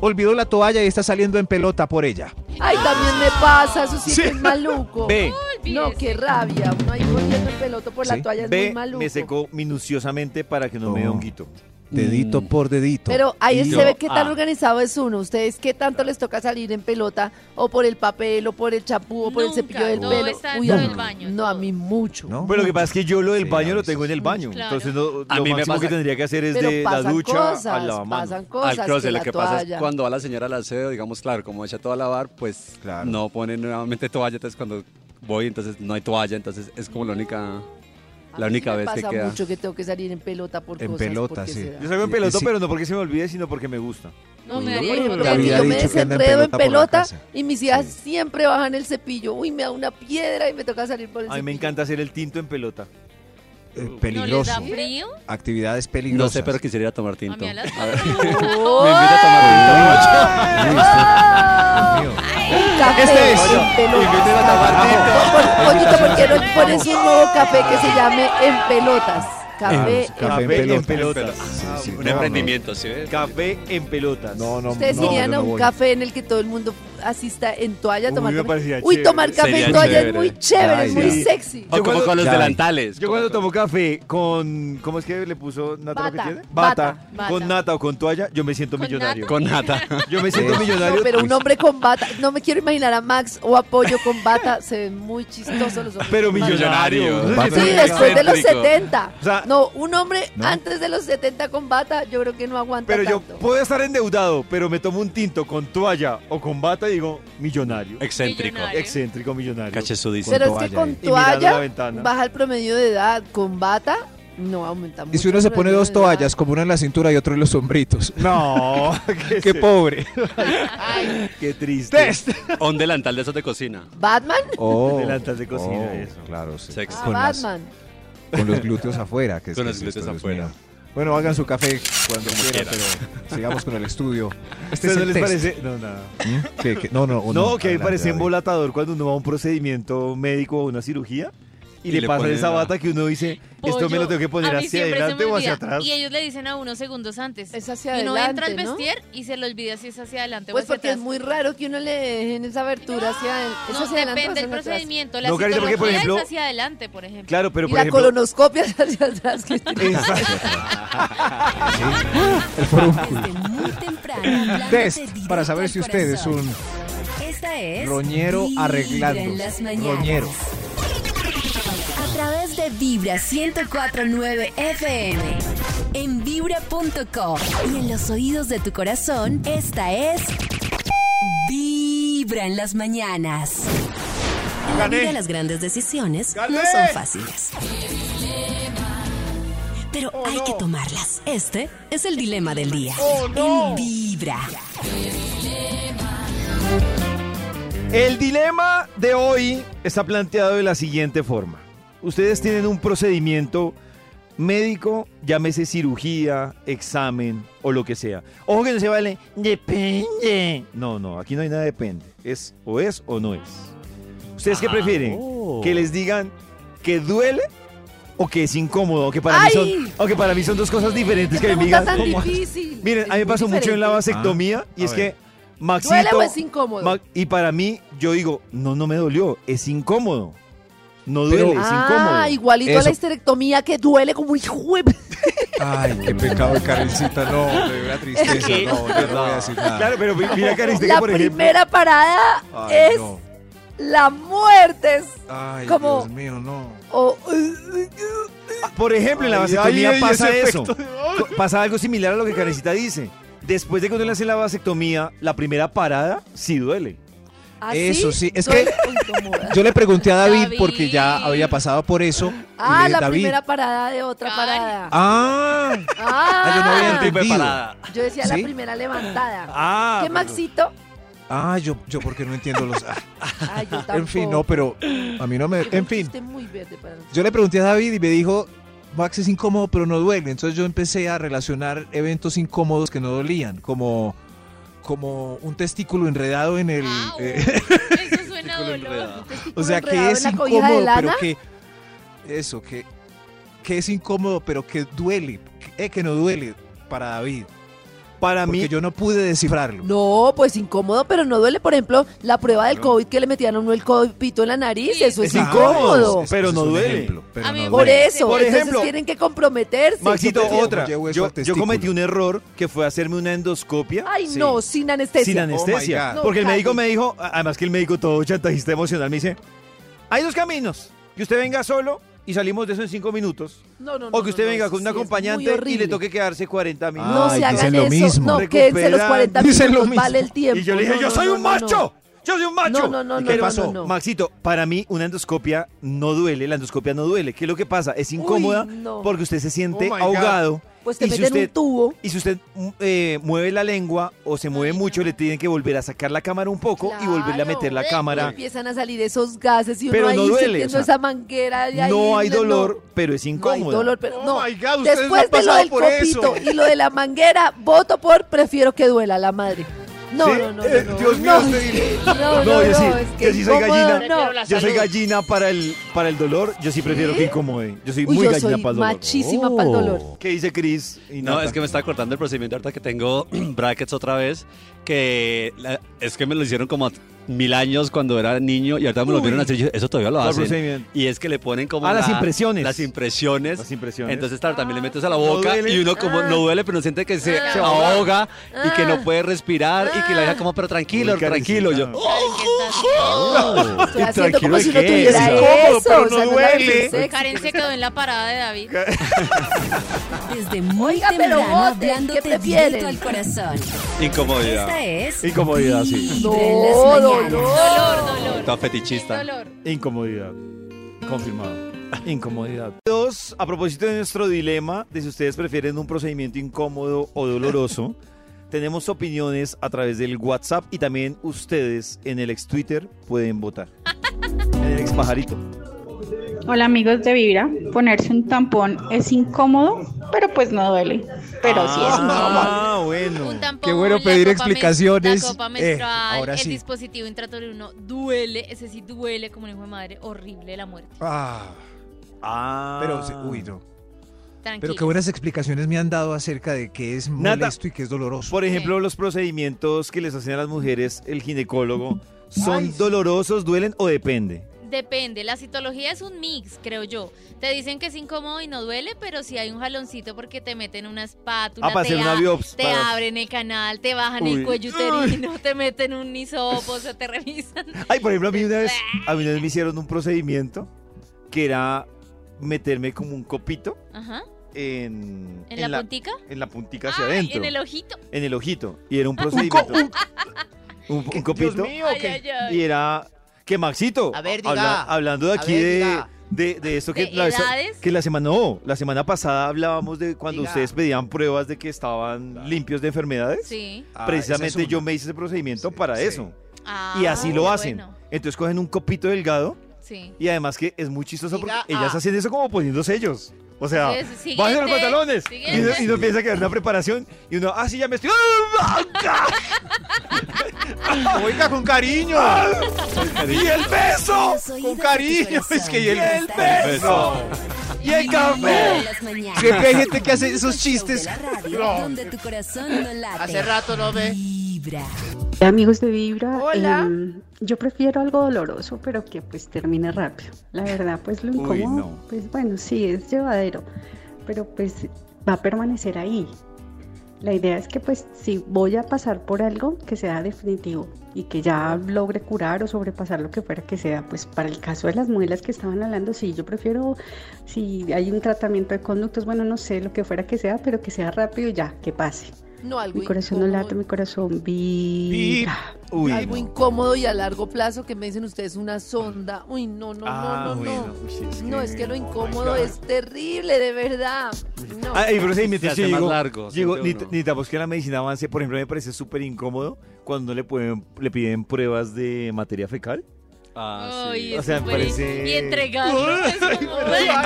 Olvidó la toalla y está saliendo en pelota por ella. Ay, también me pasa, eso sí, que es maluco. B, No, qué rabia. Uno ahí volviendo el peloto por la Sí. toalla es muy B, maluco. me secó minuciosamente para que no me dé Oh. honguito. Dedito por dedito. Pero ahí Y se ve yo, qué tan ah. organizado es uno. Ustedes qué tanto les toca salir en pelota o por el papel o por el chapú o por el Nunca, cepillo del todo pelo. está Uy, dentro a del mí- baño, No, a todo. mí mucho. ¿No? Bueno, lo que pasa es que yo lo del Sí, baño a lo veces. tengo en el baño. Claro. Entonces no, A lo mí me máximo que pasa- tendría que hacer es Mm, Pero de la pasan ducha cosas, al lavamanos. pasan cosas. al closet, que lo la que pasa es toalla. cuando va la señora al aseo, digamos, claro, como echa todo a lavar, pues Claro. no pone nuevamente toalla, entonces cuando voy, entonces no hay toalla, entonces es como la única, A la mí única me vez que pasa queda. mucho que tengo que salir en pelota por En cosas. pelota, porque sí. se da. Yo salgo en Y- pelota, y si- pero no porque se me olvide, sino porque me gusta. No me Uy, daría no, yo pero creo es que que- yo Había me dicho que anda en desenredo pelota en por la pelota casa. y mis hijas Sí. siempre bajan el cepillo. Uy, me da una piedra y me toca salir por el A mí cepillo. me encanta hacer el tinto en pelota. Eh, ¿No les peligroso. da frío? Actividades No peligrosas. sé, pero quisiera ir a tomar A tinto. mí a las A ver. ¡Oh! Me invita a tomar tinto. ¡Oh! Un café Este es- en pelotas. Invíteme a tomar tinto. Por- Pollito, ¿por qué no pones un nuevo café que se llame En Pelotas? Café En- en café en en Ah, pelota. pelota. Sí, sí, Un no, emprendimiento, ¿sí ves? Café en pelotas. No, no, Ustedes no, yo irían no a un voy. café en el que todo el mundo asista en toalla a Uy, tomar me café. parecía Uy, chévere. Ah, tomar café en Sería toalla es chévere. muy chévere, es Ay, muy sí. sexy. O como cuando- con los Ya. delantales. Yo cuando tomo café con. ¿Cómo es que le puso Nata lo que Bata, tiene? bata, bata. Con Nata o con toalla, yo me siento Con millonario. Con nata. Yo me siento Sí. No, millonario. pero un hombre con bata, no me quiero imaginar a Max o Apoyo con bata, se ven muy chistosos los hombres. Pero con bata. Millonario. millonario. Sí, después de los Excéntrico. 70. O sea, no, un hombre ¿no? antes de los 70 con bata, yo creo que no aguanta Pero yo tanto. puedo estar endeudado, pero me tomo un tinto con toalla o con bata y digo, millonario. Excéntrico. Millonario. Excéntrico millonario. Cachesudísimo. Pero es que toalla, con eh. Y mirando la toalla ventana. baja el promedio de edad, con bata no aumenta mucho. Y si uno se el pone promedio dos de edad. toallas, como una en la cintura y otra en los sombritos. No, qué, Qué pobre. qué triste. Test. Un delantal de esos de cocina. Batman, Oh, Delantal de cocina, eso. Claro, sí. Sexy. Ah, Con, las- Batman. con los glúteos afuera. Que es Con que los es glúteos esto, Dios afuera. mío. Bueno, hagan su café cuando Como quieran, quieran. pero sigamos con el estudio. Este ¿Ustedes es no el les test. parece? No, nada. ¿Mm? ¿Qué- qué? No, no, oh, No, que a mí me adelante, parece adelante. embolatador cuando uno va a un procedimiento médico o una cirugía y, Y le, le pasa ponen esa la- bata que uno dice, esto me Pollo. lo tengo que poner A mí hacia siempre se adelante me o hacia olvida. atrás. Y ellos le dicen a unos segundos antes. Es hacia y uno adelante, entra al ¿no? vestir y se le olvida si es hacia adelante Pues o hacia porque es atrás. muy raro que uno le dejen esa abertura hacia adelante. No, depende del del procedimiento. La No, Carita, porque, por citología ejemplo- es hacia adelante, por ejemplo. Claro, pero Y por la ejemplo... colonoscopia es hacia atrás. Cristina. Desde muy temprano, hablándote Test directo para saber al si usted es corazón. un Esta es roñero Vibra en arreglando. las mañanas. Roñero. A través de Vibra 1049 FM. En vibra.com y en los oídos de tu corazón, esta es Vibra en las mañanas. En la vida las grandes decisiones no son fáciles. Pero Oh, hay que tomarlas. Este es el dilema del día. En Vibra. El dilema de hoy está planteado de la siguiente forma. Ustedes tienen un procedimiento médico, llámese cirugía, examen o lo que sea. Ojo que no se vale, depende. No, no, aquí no hay nada de depende. Es o es o no es. ¿Ustedes Ah, qué prefieren? Oh. Que les digan que duele o que es incómodo, o que para, mí ¡Ay! son, o que para mí son dos cosas diferentes. Que me pregunta digan, tan ¿cómo? difícil. Miren, a mí me pasó mucho en la vasectomía y Ah, a es ver. que Maxito... ¿Duele o es incómodo? Ma- Y para mí, yo digo, no, no me dolió, es incómodo. No duele, Pero- es incómodo. ah, igualito a la Eso. histerectomía que duele como hijo de- Ay, qué pecado, Karencita. No, de verdad tristeza. ¿Qué? No, yo no voy a decir nada. Claro, pero mi- mira, Karis, La por ejemplo. primera parada Ay, es no. la muerte. es- Ah. Ay, como- Dios mío, no. o- Ah, Por ejemplo, en la Ay, vasectomía ay, ay, pasa ese eso. Co- Pasa algo similar a lo que Karencita dice. después de que uno le hace la vasectomía, la primera parada sí duele. ¿Ah, Eso sí, es Duele que- o incomoda? Yo le pregunté a David, porque David. ya había pasado por eso. y Ah, le- la David. primera parada de otra Ay. parada. Ah, ah, yo no había Ah, tipo de entendido. parada. yo decía la ¿Sí? primera levantada. Ah, ¿Qué, Maxito? Ah, yo, yo porque no entiendo los. ah, Ay, yo tampoco. en fin, no, pero a mí no me. Tiene un En fin, chiste muy verde para nosotros. yo le pregunté a David y me dijo, Max es incómodo, pero no duele. Entonces yo empecé a relacionar eventos incómodos que no dolían, como, como un testículo enredado en el. Au, eh, Eso suena Testículo dolor. enredado. O sea, que Ah, enredado es en la cobija de incómodo, pero lana. que... Eso, que, que es incómodo, pero que duele. Que, eh, que no duele para David. para Porque mí, yo no pude descifrarlo. No, pues incómodo, pero no duele. Por ejemplo, la prueba del COVID que le metían a uno el copito en la nariz, Sí. eso es, Es incómodo. incómodo. pero no un duele. pero A mí no me Por duele. eso, Por entonces ejemplo, tienen que comprometerse. Maxito, Ah, yo prefiero- otra. Llevo Yo, eso al yo testículo. cometí un error que fue hacerme una endoscopia. Ay, Sí. no, sin anestesia. sin Oh my anestesia. God. porque el No, médico Cali. me dijo, a- además que el médico todo chantajista emocional me dice, hay dos caminos, que usted venga solo y salimos de eso en cinco minutos, No, no, no, o que usted no, no, venga eso con un sí es muy acompañante y horrible. Ah, le toque quedarse 40 minutos. No Ay, se hagan dicen lo eso. mismo. No, quédense los Recuperan. 40 Dicen lo minutos, mismo. vale el tiempo. Y yo le dije, No, yo no, soy no, un no, no. macho. Yo soy un macho. No, no, no, ¿Y no, qué no, pasó? no, no. Maxito, para mí una endoscopia no duele, la endoscopia no duele. ¿Qué es lo que pasa? Es incómoda no. porque usted se siente Oh my God. ahogado. Pues te y si meten un usted- tubo. Y si usted mm, eh, mueve la lengua o se mueve mucho, le tienen que volver a sacar la cámara un poco y volverle a Claro. meter la Eh, y cámara. Empiezan a salir esos gases y uno Pero ahí no duele, sintiendo o sea, esa manguera. de ahí, No hay dolor, pero es No hay incómodo. dolor, pero no. Oh my God, ustedes no Después han de lo pasado del por copito eso. y lo de la manguera, voto por prefiero que duela la madre. No, ¿Sí? no, no, no, Eh, no. Dios mío, no, usted no, No, no, yo sí, no, es que yo sí soy incómodo, gallina. no. la Yo soy salud. gallina para el, para el dolor, yo sí prefiero que incomode. Yo soy Uy, muy yo gallina soy para el dolor. Oh. machísima pa'l dolor. ¿Qué dice Chris? y No, Nata? es que me está cortando el procedimiento ahorita que tengo brackets otra vez, que la- es que me lo hicieron como a mil años cuando era niño y ahorita me lo volvieron a hacer, yo- eso todavía lo ¿Cuál hacen. procedimiento? Y es que le ponen como Ah, las la- impresiones. Las impresiones. Las impresiones. Ah, Entonces, claro, también le metes a la ¿No boca duele? Ah. y uno como no duele, pero siente que se, Ah. se ahoga y que no puede respirar y que la deja como, pero tranquilo, Muy tranquilo. Yo, carecita. Karen, ¿qué estás? Estoy haciendo Tranquilo, como si no ¿de qué? tuviera Es eso. incómodo, pero o sea, no no la duele. ves sexy. Karen se quedó en la parada de David. Desde muy Oiga, pero temprano voten, ¿qué hablándote prefieren? directo al corazón. Esta "Oh, incomodidad. es Incomodidad, sí. No, Vibra en las mañanas. dolor. Dolor, dolor. Está fetichista. Dolor. Incomodidad. Confirmado. Incomodidad. Dos, a propósito de nuestro dilema de si ustedes prefieren un procedimiento incómodo o doloroso, tenemos opiniones a través del WhatsApp y también ustedes en el ex Twitter pueden votar. En el ex pajarito. Hola amigos de Vibra, ponerse un tampón es incómodo, pero pues no duele, pero sí es incómodo. Ah, bueno. Un tampón, Qué bueno la pedir copa explicaciones. men- La copa Eh, menstrual, ahora el sí. dispositivo intrauterino duele, ese sí duele como un hijo de madre, horrible la muerte. Ah, Ah. pero, sí, uy, no. Tranquilo. Pero qué buenas explicaciones me han dado acerca de qué es Nada. molesto y qué es doloroso. Por ejemplo, los procedimientos que les hacen a las mujeres el ginecólogo, ¿son dolorosos, duelen o depende? Depende, la citología es un mix, creo yo. Te dicen que es incómodo y no duele, pero si hay un jaloncito porque te meten una espátula, Ah, para te, hacer una a- biops- te para- abren el canal, te bajan Uy. el cuello uterino, te meten un hisopo, o sea, te revisan. Ay, por ejemplo, a mí una vez, a mí una vez me hicieron un procedimiento que era meterme como un copito Ajá. en, ¿En, la, puntica? en la puntica hacia Ay, adentro, en el ojito. en el ojito. Y era un procedimiento. un, un copito. Ay, ay, ay. Y era. Que Maxito, A ver, habla- diga. hablando de A aquí ver, de- diga. de, de esto que, ¿De la, vez- edades? que la semana no, la semana pasada hablábamos de cuando Diga. ustedes pedían pruebas de que estaban limpios de enfermedades. Sí. Ah, esa Precisamente es yo una. me hice ese procedimiento Sí, para sí. eso. Ah, Y así lo qué hacen. bueno. Entonces cogen un copito delgado Sí. y además que es muy chistoso porque Diga, ellas ah. hacen eso como poniendo sellos. O sea, Sí, sí, bajen los siguiente, pantalones. Y uno, siguiente. y uno empieza a quedar una preparación. Y uno, ah, sí, ya me estoy. Oiga, con cariño. ¡Y el beso! Los oídos de tu cariño, corazón. es que y el- Esta ¡El es beso! ¡Y el Vibra café! en las mañanas. Siempre hay gente que hace El esos show chistes. de la radio, Donde tu corazón no late. Hace rato no ve. Vibra. Amigos de Vibra, Hola. em, yo prefiero algo doloroso, pero que pues termine rápido. La verdad, pues lo incómodo, Uy, no. pues bueno, sí, es llevadero, pero pues va a permanecer ahí. La idea es que pues si voy a pasar por algo, que sea definitivo y que ya logre curar o sobrepasar lo que fuera que sea. Pues para el caso de las muelas que estaban hablando, sí, yo prefiero si hay un tratamiento de conductos, bueno, no sé, lo que fuera que sea, pero que sea rápido y ya, que pase. No, algo Mi corazón no incómodo. late, mi corazón vibra. Uy, algo no. incómodo y a largo plazo que me dicen ustedes una sonda. Uy, no, no, Ah, no, no, bueno, no. pues es no, que- es que lo oh my incómodo God. es terrible, de verdad. No. Ah, y pero sí, mientras hace yo más llego, largo, llego, siente ni, uno. ni tampoco es que la medicina avance, por ejemplo, me parece súper incómodo cuando no le, pueden, le piden pruebas de materia fecal. Ah, sí. Ay, O es sea, me súper- parece- Y entregando. es como, A mí, Ay, yo voy a confesar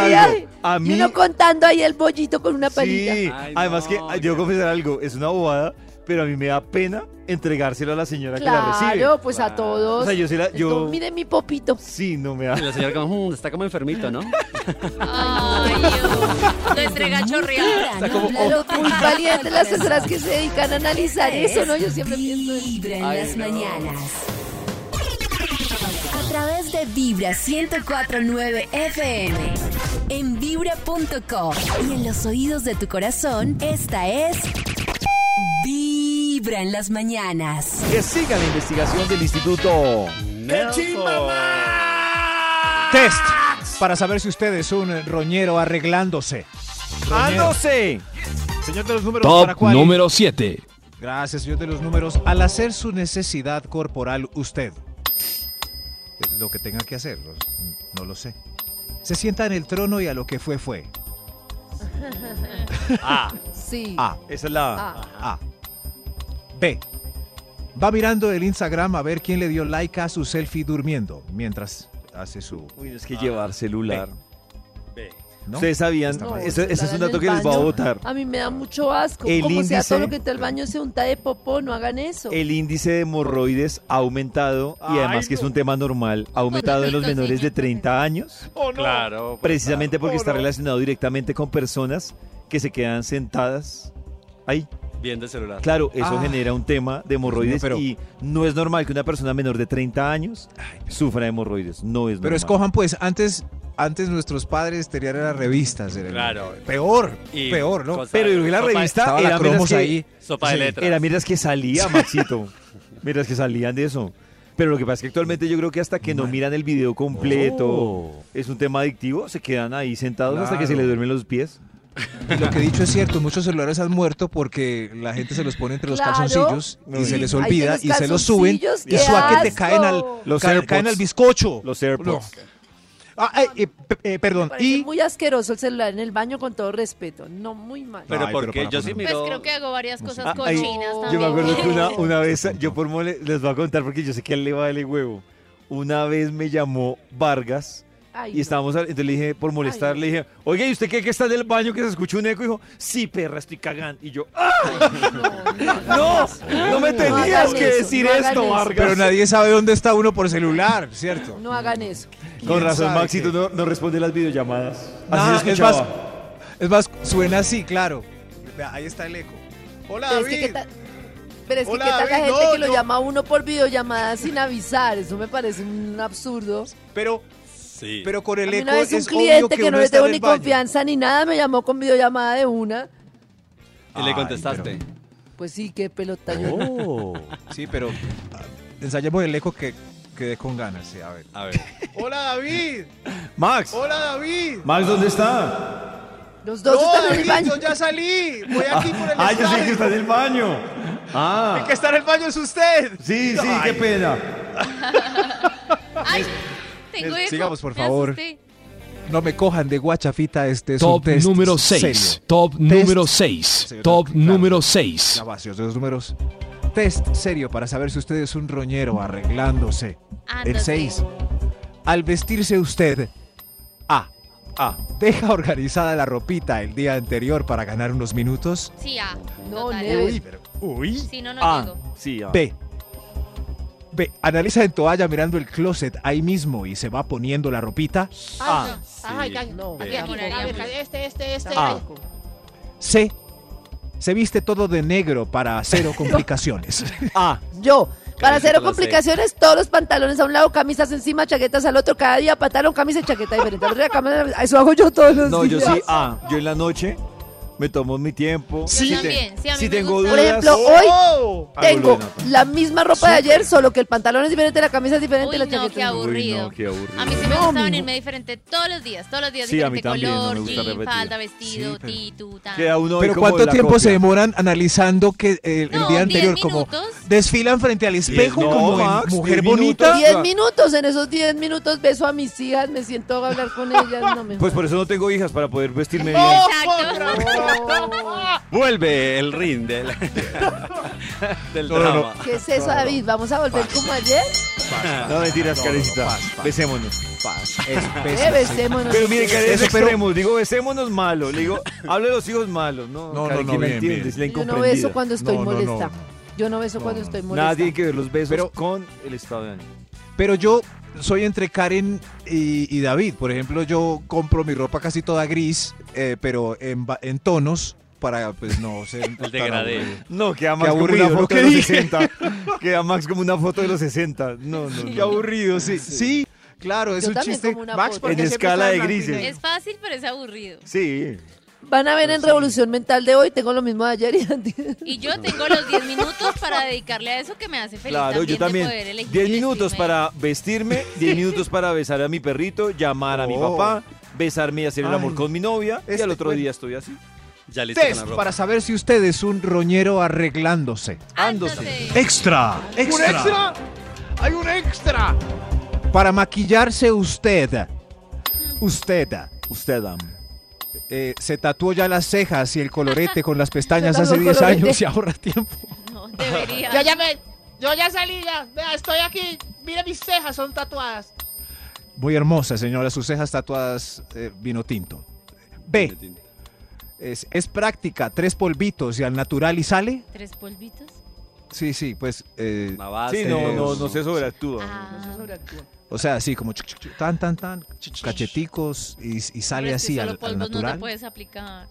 ay, algo. ay. A mí, Y uno contando ahí el bollito con una palita. sí. Ay, Además no, que ah, yo voy a ya. confesar algo, es una bobada, pero a mí me da pena entregárselo a la señora que la recibe. Claro, pues Claro. a todos. O sea, yo sí la, Es yo, como, Mire mi popito. sí, no me da. Y la señora como, "Mm, está como enfermito, ¿no? Ay, Dios. Lo entrega chorreado. Vibra, no hablando Muy tan valientes las fácil. asesoras que se dedican a analizar Esta eso, ¿no? es Yo siempre pienso en- Vibra en las mañanas. A través de Vibra 1049 FM. En vibra.co. Y en los oídos de tu corazón, esta es. Vibra en las mañanas. Que siga la investigación del instituto. Test para saber si usted es un roñero arreglándose. ¡Ándose! Señor de los números, ¿para Top cuál? número 7. Gracias, señor de los números. Al hacer su necesidad corporal, usted. eh, Lo que tenga que hacer, no- no lo sé. Se sienta en el trono y a lo que fue, fue. Ah. Sí. A. Esa es la... Ah. A. B. Va mirando el Instagram a ver quién le dio like a su selfie durmiendo mientras hace su. Ah. Uy, es que llevar celular. ¿no? Ustedes sabían, No, ese, ese se es lavan un el dato que les va a baño. votar. A mí me da mucho asco. El Como sea índice- todo lo que entra al baño se unta de popó, no hagan eso. El índice de hemorroides ha aumentado y además que es un tema normal, ha aumentado en los menores de 30 años, pues, Claro. precisamente porque está relacionado directamente con personas que se quedan sentadas ahí. Viendo el celular. Claro, eso Ah. genera un tema de hemorroides Dios mío, y no es normal que una persona menor de 30 años sufra de hemorroides, no es normal. Pero escojan, pues, antes, antes nuestros padres tenían las revistas. era- Claro. Peor, Y peor, ¿no? cosas- Pero yo creo que la Sopa- revista Estaba la era menos cromos que, ahí. Sopa de Sí, letras. Era mientras que salía, Maxito. mientras que salían de eso. Pero lo que pasa es que actualmente yo creo que hasta que no miran el video completo, Oh. es un tema adictivo, se quedan ahí sentados hasta que se Claro. les duermen los pies. Y Lo que he dicho es cierto, muchos celulares han muerto porque la gente se los pone entre los Claro. calzoncillos y Sí. se les Ahí olvida están y se los suben calzoncillos, y ¡qué suaque te asco! caen al, Los ca- AirPods. caen al bizcocho. Los AirPods. No. Ah, eh, eh, pe- eh, perdón, Parece y muy asqueroso el celular en el baño, con todo respeto. No, muy mal. Pero Ay, pero porque para yo sí poner- Pues miro... creo que hago varias cosas Ah, ahí, cochinas también. yo me acuerdo que una, una vez, yo por mole, les voy a contar porque yo sé que a él le vale huevo. Una vez me llamó Vargas Ay, y no. estábamos, hab- entonces le dije, por molestar, Ay, le dije, oye, ¿y usted qué que está en el baño que se escucha un eco? Y dijo, sí, perra, estoy cagando. Y yo, ¡ah! ¡No! ¡No me tenías hagan que eso, decir no hagan esto, eso. Vargas! pero nadie sabe dónde está uno por celular, ¿cierto? No hagan eso. Con razón, sabe Maxito qué? no, no responde las videollamadas. Nada, Así se es más, escuchaba. es más, suena así, claro. Vea, Ahí está el eco. Hola, Pero es que David. qué tal, pero es que Hola, qué tal la David, gente no, que lo yo- llama a uno por videollamada sin avisar. Eso me parece un absurdo. Pero, Sí. pero con A el mí eco una vez un es obvio cliente que, que, no uno le está tengo en el ni baño. confianza ni nada me llamó con videollamada de una. Y le contestaste. Pues sí, qué pelota. yo. Oh. Oh. Sí, pero ah, ensayemos el eco que quedé con ganas, sí, a ver. A ver. Hola, David. Max, Hola, David. Max, ¿dónde está? Los dos están en el baño. ya salí. Voy aquí por el Ah, yo sé que está en el baño. Ah, que está en el baño es usted. sí, sí, qué pena. Ay, tengo eco, Eh, Sigamos, por me favor. asusté. No me cojan de guachafita, este es un Top test número serio. 6. Top Test número 6. serio, Top claro. número 6. Ya va, señor de los números. Test serio para saber si usted es un roñero arreglándose. El Ándate. 6. Al vestirse usted, A. A. Deja organizada la ropita el día anterior para ganar unos minutos. Sí, ah. No, total. Neve. Uy, pero- uy. Si no, no Ah, llego. sí, ah. B. B. Analiza en toalla mirando el closet ahí mismo y se va poniendo la ropita. Ah, Ay, ay, No, aquí, aquí, tampoco. a ver, este, este, este. Ah. ay. C. Se viste todo de negro para cero complicaciones. Ah, Yo, para cero la sé. complicaciones, todos los pantalones a un lado, camisas encima, chaquetas al otro, cada día pantalón, camisa y chaqueta diferente. Al otro día camisa- eso hago yo todos los no, yo días. sí, ah. Yo en la noche me tomo mi tiempo. Sí. Yo también, sí, a mí si me tengo gusta. Por dudas, ejemplo, ¡oh! hoy tengo Ángulo de nota. la misma ropa de ayer, solo que el pantalón es diferente, la camisa es diferente, Uy, la no, chaqueta es qué diferente. aburrido. Uy, no, qué aburrido. A mí sí me gusta No, venirme diferente todos los días, todos los días Sí, a mí diferente también, no color, me gusta jean, repetir. falda, vestido, Sí, pero- ti, tu, ta. Queda uno ahí Pero como ¿cuánto la tiempo se copia. demoran analizando que eh, el No, día 10 anterior como minutos. desfilan frente al espejo no, como en Max, mujer 10 bonita? minutos. 10 minutos, en esos 10 minutos beso a mis hijas, me siento a hablar con ellas, no me Pues jodas. por eso no tengo hijas para poder vestirme bien. Exacto. Vuelve el ring del, del No, no, no. drama. ¿Qué es eso, David? ¿Vamos a volver como ayer? No mentiras, Karencita. Besémonos. Eh, besémonos. Pero miren, Karen, es Eso, pero- extremos. Digo, besémonos malo. Le digo, habla de los hijos malos. No, No, no, Karen, no, que bien, entiendes, bien. la Yo no incomprendida. beso cuando estoy No, no, no. molesta. Yo no beso cuando estoy molesta. Nada tiene que ver los besos Pero- con el estado de ánimo. Pero yo soy entre Karen y, y David. Por ejemplo, yo compro mi ropa casi toda gris, eh, pero en, ba- en tonos para, pues, no ser tan degradé. aburrido. No, queda Max más como como aburrido, una una foto foto ¿no? de de los los 60. Queda más como una foto de los 60. No, no, Qué aburrido, sí. Sí, claro, es Yo un también chiste. como una foto. ¿por qué En siempre escala está de blanco y grises. negro? Es fácil, pero es aburrido. Sí. Van a ver en Revolución Mental de hoy, tengo lo mismo de ayer y antes. Y yo tengo los 10 minutos para dedicarle a eso que me hace feliz. Claro, yo de poder también. elegir 10 el minutos estilo de- para vestirme, 10 minutos para besar a mi perrito, llamar a mi Oh. papá, besarme y hacer el amor Ay. con mi novia. Y Este al otro cuento. día estoy así. Ya listo con la Test ropa. para saber si usted es un roñero arreglándose. Ándose. Extra, ¡Un extra! ¡Hay un extra! Para maquillarse usted. Usted. Usted ama. eh, se tatuó ya las cejas y el colorete con las pestañas Se tatuó hace el 10 colorete. años y ahorra tiempo. No, debería. Yo ya me, yo ya salí, ya. Vea, estoy aquí. Mira mis cejas, son tatuadas. Muy hermosa, señora, sus cejas tatuadas eh, vino tinto. B. Es, es práctica, tres polvitos y al natural y sale. ¿Tres polvitos? Sí, sí, pues. eh, Una base. Sí, no, no, no se sobreactúa. Ah, o sea, así como chuc, chuc, chuc, tan, tan, tan, chuc, chuc, cacheticos y, y pero sale es que así solo al, al polvos no te natural. puedes aplicar.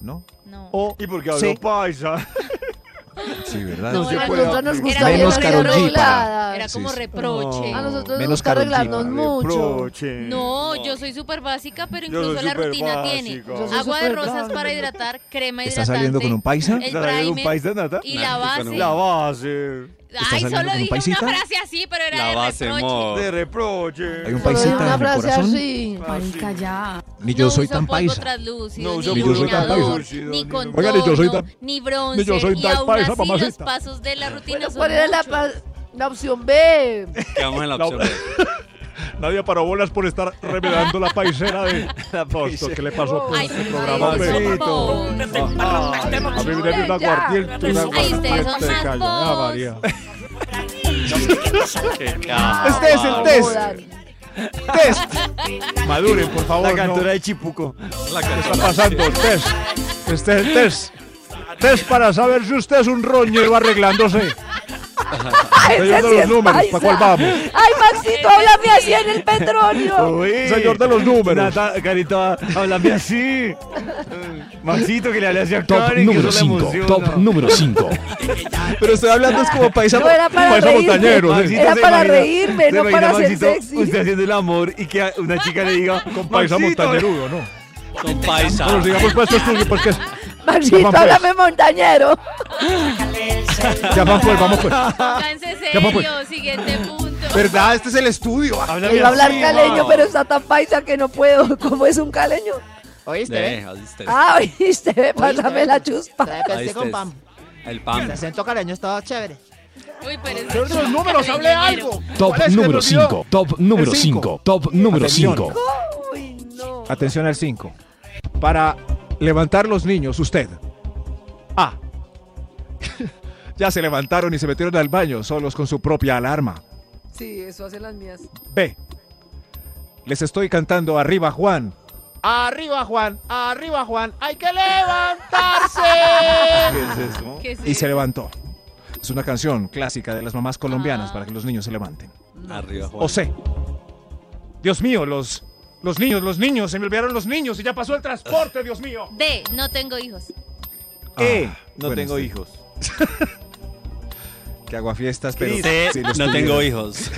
¿No? No. O. Oh, ¿Y porque Sí. paisa? Sí, ¿verdad? No, se a puede nosotros nos aplicar. gusta Menos bien Karol G arregladas. Era sí, como sí. reproche. A nosotros nos Menos gusta Karol G. arreglarnos mucho. Reproche. No, yo soy súper básica, pero Yo soy incluso la súper rutina básica. tiene Yo soy agua de súper rosas para básica. hidratar, crema ¿Está hidratante. saliendo con un paisa? El ¿Está saliendo un primer- paisa, Nata? Y la Nah, base. con un- La base. ¿Está Ay, saliendo solo con un dije paisita? una frase así, pero era La de base, reproche. mo. De reproche. Hay un Pero paisita hay una en el frase corazón. así. Marica, ya. Ni yo no soy uso tan polvo paisa. Translúcido, No ni uso ni polvo iluminador, translúcido, ni ni contorno, Oigan, ni yo soy tan- ni bronzer, ni yo soy y tan aún paisa, así los mamacita. pasos de la rutina son ¿Cuál era la, muchos. pa- la opción B? Quedamos en la opción. B. Nadie paró bolas por estar revelando la paisera de Fausto. ¿Qué le pasó por Ay, este pero programa? Ah, ustedes son Pedrito. bobos. A mí me dio un Ya. aguardiente, un Ay, ustedes son aguardiente, más calla. Ah, bobos. María. Qué cabrón. Este es Ah, el test. Jodan. Test. Maduren, por favor. La no. cantora de Chipuco. La canción. está pasando? Test. Este es el test. Test para saber si usted es un roñero arreglándose. Ay, Señor ese de sí los es números, paisa. ¿pa' cuál vamos? Ay, Maxito, háblame así en el petróleo. Señor de los números. Nata, Carita, háblame así. Maxito, que le hable así a Karen, que eso la emociona. número 5. Pero estoy hablando es como paisa. No era para Paisa montañero, reírme. sí. Era ¿se para imagina- reírme, se no imagina, para ser Maxito, sexy. Usted haciendo el amor y que una chica le diga Con paisa "Maxito". montañerudo, ¿no? Con paisa. Bueno, digamos pues esto es porque es- Maxito, Vamos, pues. háblame montañero. Ya vamos pues, vamos pues. Cánse serio, siguiente punto. ¿Verdad? Este es el estudio. Háblame Iba a hablar así, caleño, ma. pero está tan paisa que no puedo. ¿Cómo es un caleño? ¿Oíste? Eh, eh? oíste. Ah, oíste, ve, pásame ve. la chuspa. Trae pensé Oíste. con pam. El El pan. acento caleño estaba chévere. Uy, pero es Señor de los números, hable algo. Top ¿Cuál es que número nos dio? 5. Top número El cinco. 5. Top número Atención. 5. Uy, no. Atención al 5. Para levantar los niños, usted. A. ya se levantaron y se metieron al baño solos con su propia alarma. Sí, eso hacen las mías. B. Les estoy cantando arriba, Juan. Arriba, Juan. Arriba, Juan. Hay que levantarse. ¿Qué es eso? ¿Qué es Y se eso? levantó. Es una canción clásica de las mamás colombianas Ah. para que los niños se levanten. Arriba, Juan. O C. Dios mío, los, los niños, los niños, se me olvidaron los niños y ya pasó el transporte, Dios mío. D, no tengo hijos. Eh, Ah, no bueno, tengo sí. hijos. Que hago fiestas, pero Dice, sí los no tuviera. tengo hijos.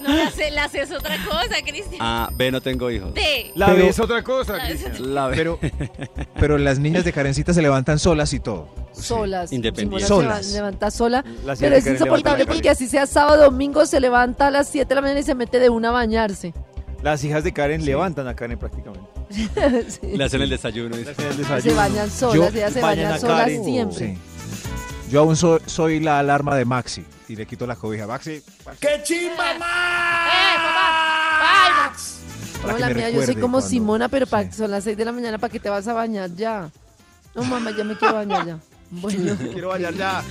No La C, la C es otra cosa, Cristian. Ah, B, no tengo hijos. D. La Pero- B es otra cosa. La- Cristian. La B. Pero, pero las niñas de Karencita se levantan solas y todo. solas. independientes. Simona se Solas. va- levanta sola. La señora Pero es Karen insoportable levanta la porque así sea sábado domingo, se levanta a las 7 de la mañana y se mete de una a bañarse. Las hijas de Karen levantan a Karen prácticamente. Sí. Le hacen el desayuno. dice. Hacen el Se desayuno. bañan solas, Yo- ellas se bañan bañan a solas Karen. siempre. Sí. Yo aún so- soy la alarma de Maxi y le quito la cobija. Maxi, ¡Eh, papá! ¡Ay, no! para No, que la me mía, yo soy recuerde como cuando- Simona, pero para, Sí. son las 6 de la mañana, ¿para qué te vas a bañar ya? No, mamá, ya me quiero bañar ya. Bueno, Quiero bañar ya.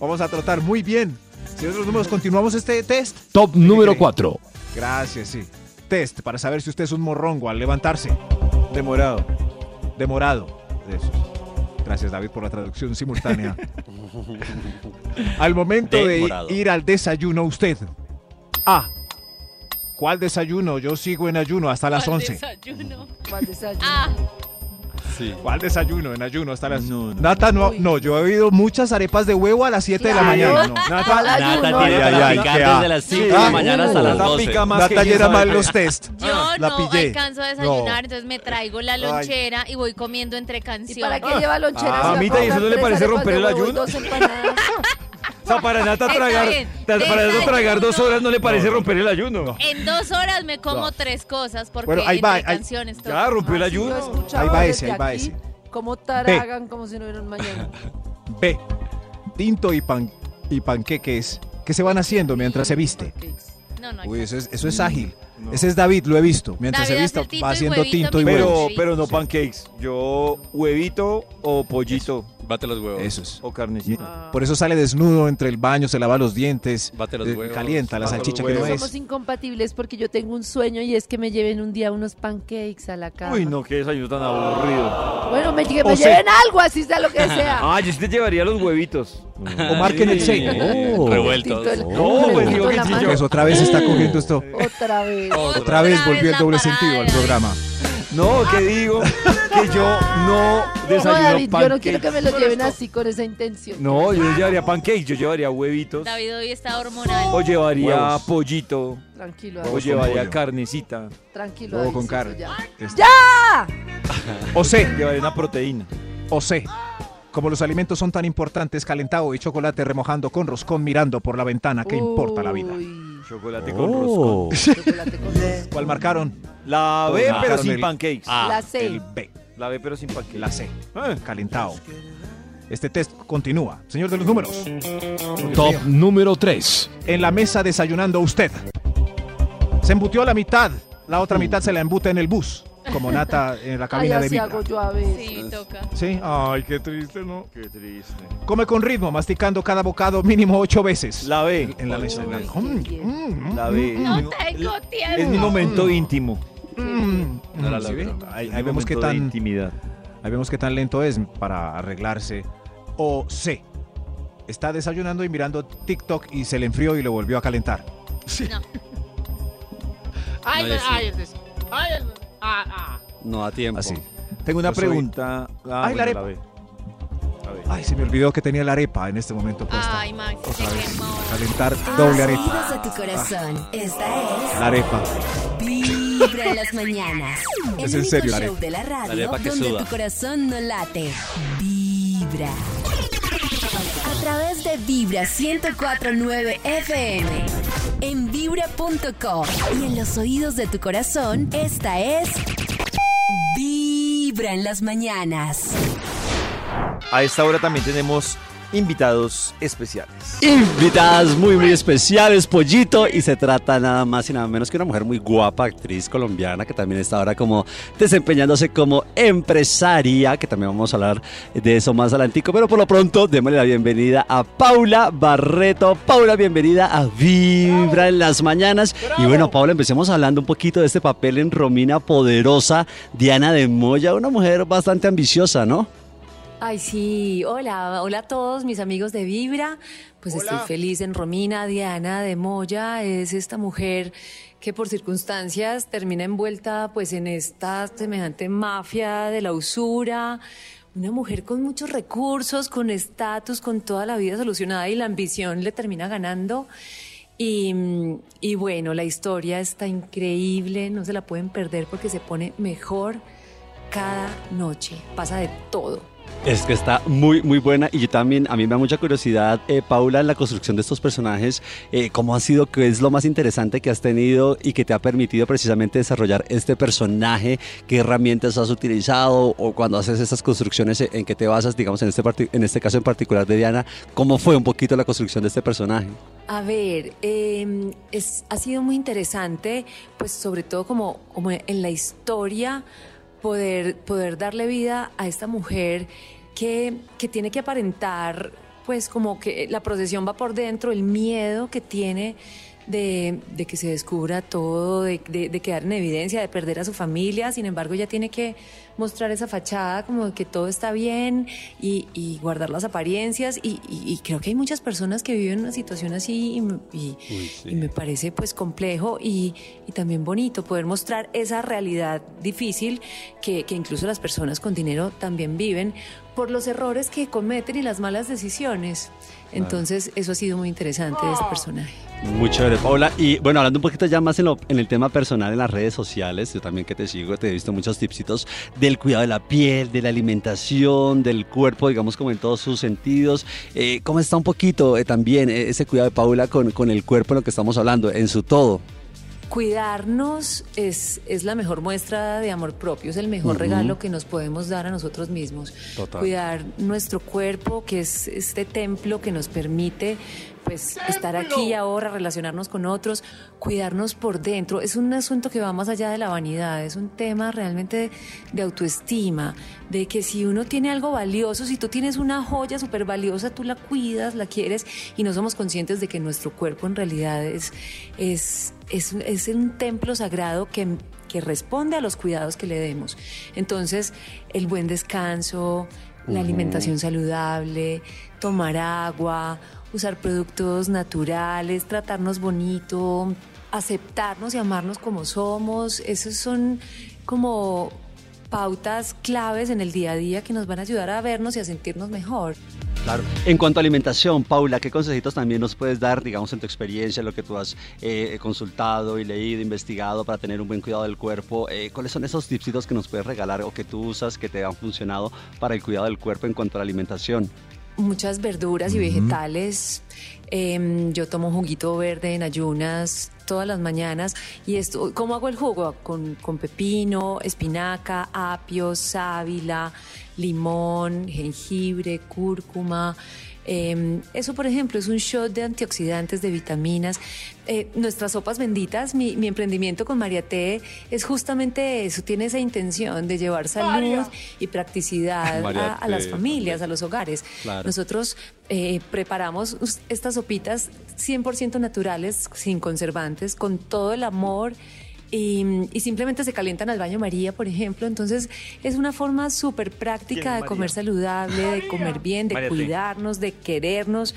Vamos a tratar muy bien. Señor de los números, continuamos este test. Top número 4. Gracias, sí. Test para saber si usted es un morrongo al levantarse. Demorado. Demorado. Eso. Gracias, David, por la traducción simultánea. al momento Demorado. de ir al desayuno, usted. A. ¿Cuál desayuno? Yo sigo en ayuno hasta las ¿Cuál 11. Desayuno. ¿cuál desayuno? Ah, Sí. ¿Cuál desayuno? En ayuno hasta las. No, no. Nata, no, no, yo he oído muchas arepas de huevo a las 7 de la Claro. mañana. No, ¿Cuál Nata, Nata ayuno? tiene Ay, para ay, picar qué a- desde las 5 de Ah, la mañana hasta las Nata 12. pica más que Nata quién llena sabe mal qué. los test. yo La no pillé. alcanzo a desayunar, entonces me traigo la lonchera y voy comiendo entre ¿Y canciones. para qué lleva lonchera? Ah, si va a mamita, ¿y eso comprar no le tres parece arepas romper de el huevo y ayuno? dos empanadas? O sea, para Nata Está tragar, bien. tra- para Nata Desayuno. tragar dos horas no le parece romper el ayuno. En dos horas me como tres cosas porque Bueno, ahí va, entre ahí- canciones todo. Ah, Ya rompió el Sí, lo he ayuno. escuchado Ahí va desde ese, ahí va aquí, ese. Cómo taragan como si no hubiera un mañana. B. Tinto y, pan, y panqueques. ¿Qué se van haciendo mientras se viste? No, no. Uy, ya. eso es, Mm, eso es ágil. Ese es David, lo he visto. Mientras David hace se el viste, tinto va y haciendo huevito tinto y mientras huevo. Pero, pero huevos. no pancakes. Yo huevito o pollito Bate los huevos. Eso es. o carnecita. Por eso sale desnudo entre el baño, se lava los dientes, Bate los eh, huevos. calienta la Bate los salchicha que no huevos. Somos es. incompatibles porque yo tengo un sueño y es que me lleven un día unos pancakes a la cama. Uy, no, qué desayuno tan aburrido. Bueno, me, que me O sea- lleven algo, así sea lo que sea. Ah, yo sí te llevaría los huevitos. O marquen el seis. Oh. Revueltos. Tinto de la- No, pues, tinto digo de que la sí, mano. Pues otra vez está cogiendo esto. Otra vez. Otra vez volvió el la doble parada sentido al de David. programa. No, que digo que yo no No, desayuno David, yo no quiero que pancakes. me los lleven así con esa intención. No, yo no llevaría pancakes, yo llevaría huevitos. David hoy está hormonal. O llevaría Huevos. pollito. Tranquilo, O David, llevaría pollo. carnecita. tranquilo. Luego David, con sí, carne. ya. Este. O C, Llevaría una proteína. o C. Como los alimentos son tan importantes, calentado y chocolate remojando con roscón mirando por la ventana, ¿qué importa la vida? Uy, Chocolate con Oh. roscón. chocolate con roscón. ¿Cuál marcaron? La B, Ah. pero sin El- pancakes. La El C. B, La B, pero sin pancakes. la C. Ah. calentado. Este test continúa. Señor de los números, Top número 3. en la mesa desayunando usted. Se embutió la mitad, la otra mitad se la embuta en el bus, como Nata en la Ay, cabina de así Vibra. hago yo a veces. Sí, toca. Sí, ay, qué triste, ¿no? Qué triste. Come con ritmo, masticando cada bocado mínimo ocho veces. La B. en la mesa. Uy, Mm, qué mm, La B. No tengo Es mi tiempo. momento íntimo. mm, No la mm, ¿sí ve? logró. Ahí, Es ahí mi vemos qué momento de tan, intimidad. ahí vemos qué tan lento es para arreglarse. O C. Está desayunando y mirando TikTok y se le enfrió y lo volvió a calentar. No. ¡Ay, No, no! yo sí. ¡Ay, es des- ¡Ay, es- ah, ah! No da tiempo. Así. Tengo una Yo soy- pregunta. Ah, Ay, la bueno, arepa. B. La B. Ay, se me olvidó que tenía la arepa en este momento puesta. Ay, Max, se Otra vez. quemó. Calentar doble Los arepa. oídos de tu corazón. Esta La arepa. es Vibra en las mañanas. El Es en único serio, la show arepa. de la La radio arepa que donde suda. tu corazón no late. Vibra. A través de Vibra 1049 FM. En vibra.com y en los oídos de tu corazón, esta es Vibra en las mañanas. A esta hora también tenemos invitados especiales. Invitadas muy, muy especiales, Pollito, y se trata nada más y nada menos que una mujer muy guapa, actriz colombiana, que también está ahora como desempeñándose como empresaria, que también vamos a hablar de eso más adelantico, pero por lo pronto démosle la bienvenida a Paula Barreto. Paula, bienvenida a Vibra en las Mañanas. Y bueno, Paula, empecemos hablando un poquito de este papel en Romina Poderosa, Diana de Moya, una mujer bastante ambiciosa, ¿no? Ay, sí, hola, hola a todos mis amigos de Vibra. Pues estoy feliz en Romina, Diana de Moya, es esta mujer que por circunstancias termina envuelta pues en esta semejante mafia de la usura, una mujer con muchos recursos, con estatus, con toda la vida solucionada y la ambición le termina ganando. Y, mm, y bueno, la historia está increíble, no se la pueden perder porque se pone mejor cada noche, pasa de todo. Es que está muy, muy buena y yo también, a mí me da mucha curiosidad, eh, Paula, en la construcción de estos personajes, eh, cómo ha sido, qué es lo más interesante que has tenido y que te ha permitido precisamente desarrollar este personaje, qué herramientas has utilizado o cuando haces estas construcciones, eh, en qué te basas, digamos, en este, parti- en este caso en particular de Diana, cómo fue un poquito la construcción de este personaje. A ver, eh, es, ha sido muy interesante, pues sobre todo como, como en la historia, poder, poder darle vida a esta mujer que, que tiene que aparentar, pues como que la procesión va por dentro, el miedo que tiene de, de que se descubra todo, de, de- de quedar en evidencia, de perder a su familia, sin embargo ella tiene que mostrar esa fachada como de que todo está bien y, y guardar las apariencias y, y- y creo que hay muchas personas que viven una situación así y me- y, y me parece pues complejo y, y también bonito poder mostrar esa realidad difícil que, que incluso las personas con dinero también viven por los errores que cometen y las malas decisiones. Entonces eso ha sido muy interesante de este personaje. Muy chévere, Paula. Y bueno, hablando un poquito ya más en, lo- en el tema personal, en las redes sociales, yo también que te sigo, te he visto muchos tipsitos del cuidado de la piel, de la alimentación, del cuerpo, digamos como en todos sus sentidos. Eh, ¿Cómo está un poquito eh, también eh, ese cuidado de Paula con, con el cuerpo en lo que estamos hablando, en su todo? Cuidarnos es, es la mejor muestra de amor propio, es el mejor Ujú. regalo que nos podemos dar a nosotros mismos. Total. Cuidar nuestro cuerpo, que es este templo que nos permite pues estar aquí y ahora, relacionarnos con otros, cuidarnos por dentro. Es un asunto que va más allá de la vanidad, es un tema realmente de, de autoestima, de que si uno tiene algo valioso, si tú tienes una joya súper valiosa, tú la cuidas, la quieres y no somos conscientes de que nuestro cuerpo en realidad es, es, es, es un templo sagrado que que responde a los cuidados que le demos. Entonces, el buen descanso, la Ujú. alimentación saludable, tomar agua, usar productos naturales, tratarnos bonito, aceptarnos y amarnos como somos, esos son como pautas claves en el día a día que nos van a ayudar a vernos y a sentirnos mejor. Claro. En cuanto a alimentación, Paula, ¿qué consejitos también nos puedes dar, digamos, en tu experiencia, lo que tú has eh, consultado y leído, investigado para tener un buen cuidado del cuerpo? Eh, ¿Cuáles son esos tipsitos que nos puedes regalar o que tú usas que te han funcionado para el cuidado del cuerpo en cuanto a la alimentación? muchas verduras y vegetales. Em, yo tomo juguito verde en ayunas todas las mañanas. ¿Y esto cómo hago el jugo? Con, con pepino, espinaca, apio, sábila, limón, jengibre, cúrcuma. Em, eso, por ejemplo, es un shot de antioxidantes, de vitaminas. Eh, nuestras sopas benditas, mi, mi emprendimiento con María T es justamente eso, tiene esa intención de llevar salud y practicidad a, María a las T, familias, a los hogares. Claro. Nosotros eh, preparamos us- estas sopitas 100% naturales, sin conservantes, con todo el amor. Y, y simplemente se calientan al baño María, por ejemplo. Entonces, es una forma súper práctica de María? comer saludable, de comer bien, de María T. cuidarnos, de querernos.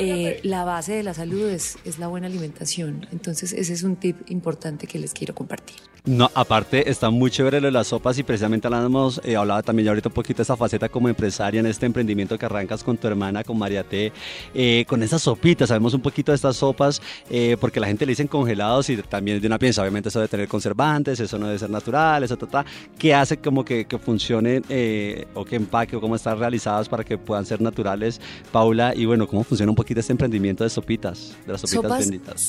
Eh, la base de la salud es, es la buena alimentación. Entonces, ese es un tip importante que les quiero compartir. No, aparte está muy chévere lo de las sopas y precisamente hablábamos, eh, hablaba también ya ahorita un poquito de esa faceta como empresaria en este emprendimiento que arrancas con tu hermana, con María T, eh, con esas sopitas, sabemos un poquito de estas sopas, eh, porque la gente le dicen congelados y también de una piensa, obviamente eso debe tener conservantes, eso no debe ser natural, eso, ta, ta, que hace como que, que funcionen eh, o que empaque o cómo están realizadas para que puedan ser naturales, Paula, y bueno, cómo funciona un poquito este emprendimiento de sopitas, de las sopitas Sopas benditas.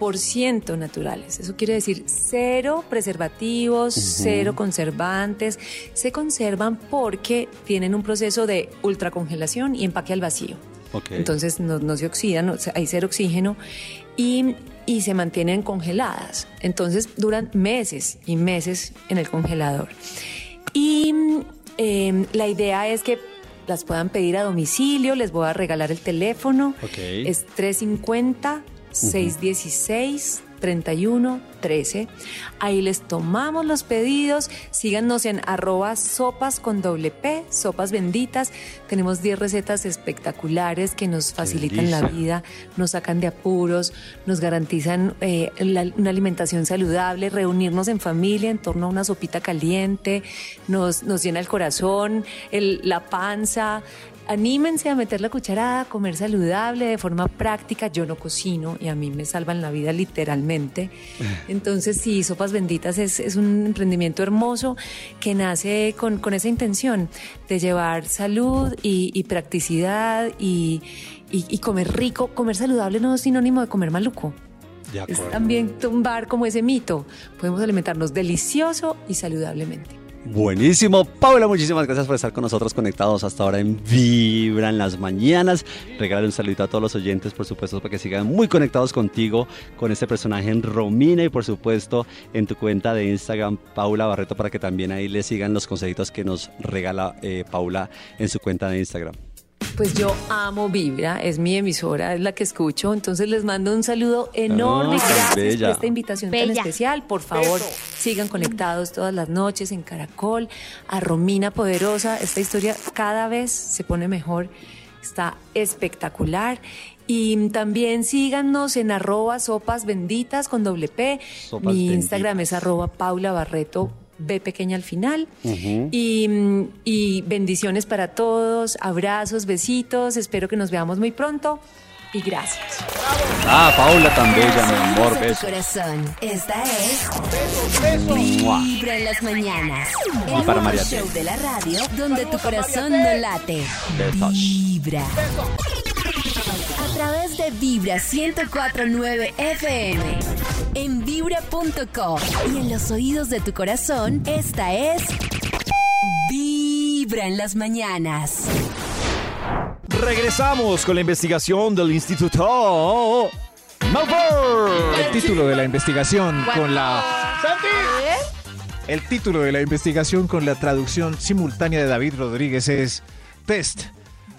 100% naturales. Eso quiere decir cero preservativos, cero conservantes. Se conservan porque tienen un proceso de ultracongelación y empaque al vacío. Ok. Entonces no, no se oxidan, no- hay cero oxígeno y, y se mantienen congeladas. Entonces duran meses y meses en el congelador. Y mm, eh, la idea es que las puedan pedir a domicilio, les voy a regalar el teléfono. Ok. Es 350-616-3113. Ahí les tomamos los pedidos. Síganos en arroba sopas con doble P, sopas benditas. Tenemos 10 recetas espectaculares que nos facilitan la delicia. vida, nos sacan de apuros, nos garantizan eh, la- una alimentación saludable, reunirnos en familia en torno a una sopita caliente, nos, nos llena el corazón, el- la panza. anímense a meter la cucharada, a comer saludable de forma práctica. Yo no cocino y a mí me salvan la vida literalmente. Entonces, sí, Sopas Benditas es, es un emprendimiento hermoso que nace con, con esa intención de llevar salud y, y practicidad y, y- y comer rico. Comer saludable no es sinónimo de comer maluco. De Es acuerdo. también tumbar como ese mito. Podemos alimentarnos delicioso y saludablemente. Buenísimo. Paula, muchísimas gracias por estar con nosotros conectados hasta ahora en Vibra en las mañanas. Regálale un saludito a todos los oyentes, por supuesto, para que sigan muy conectados contigo, con este personaje en Romina y, por supuesto, en tu cuenta de Instagram, Paula Barreto, para que también ahí le sigan los consejitos que nos regala eh, Paula en su cuenta de Instagram. Pues yo amo Vibra, es mi emisora, es la que escucho. Entonces les mando un saludo enorme. Ay, Gracias Ah, bella. por esta invitación tan Bella. especial. Por favor, sigan conectados todas las noches en Caracol, a Romina Poderosa. Esta historia cada vez se pone mejor, está espectacular. Y también síganos en arroba sopas benditas con doble P. Sopas mi benditas. Instagram es arroba paula barreto B pequeña al final. Y, mm, y bendiciones para todos, abrazos, besitos, espero que nos veamos muy pronto y gracias. Ah, Paula tan bella, mi amor, Besos beso. a tu corazón. Esta es Mua. Vibra en las mañanas. El para nuevo María T. show de la radio donde tu corazón no late. Besos. Vibra. A través de Vibra 1049 FM. En vibra.co y en los oídos de tu corazón, esta es Vibra en las mañanas. Regresamos con la investigación del Instituto Malfour. El título de la investigación con la. El título de la investigación con la traducción simultánea de David Rodríguez es Test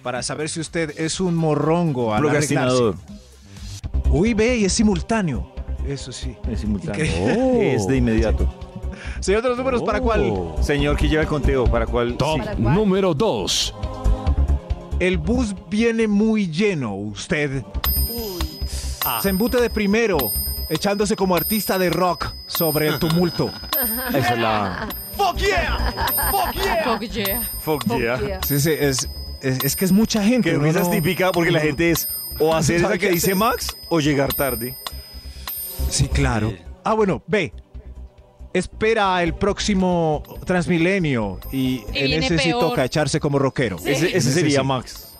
para saber si usted es un morrongo al Procrastinador. arreglarse. Uy, ve, y es simultáneo. Eso sí. Es Oh. Increíble. Es de inmediato. Oh. Señor de los números, ¿para cuál? Señor que lleva el conteo, ¿para cuál? Top Sí. número 2. El bus viene muy lleno, usted. Ah. Se embute de primero, echándose como artista de rock sobre el tumulto. Esa es la. ¡Fuck yeah! ¡Fuck yeah! Fuck yeah. Sí, sí, es, es- es que es mucha gente. Que uno risa es no- típica porque la gente es o hacer esa ¿Sabe que qué dice haces? Max o llegar tarde. Sí, claro. Ah, bueno, ve. Espera el próximo Transmilenio y, en viene ese sí peor. toca echarse como rockero. Ese, ese Ese sería sí. Max.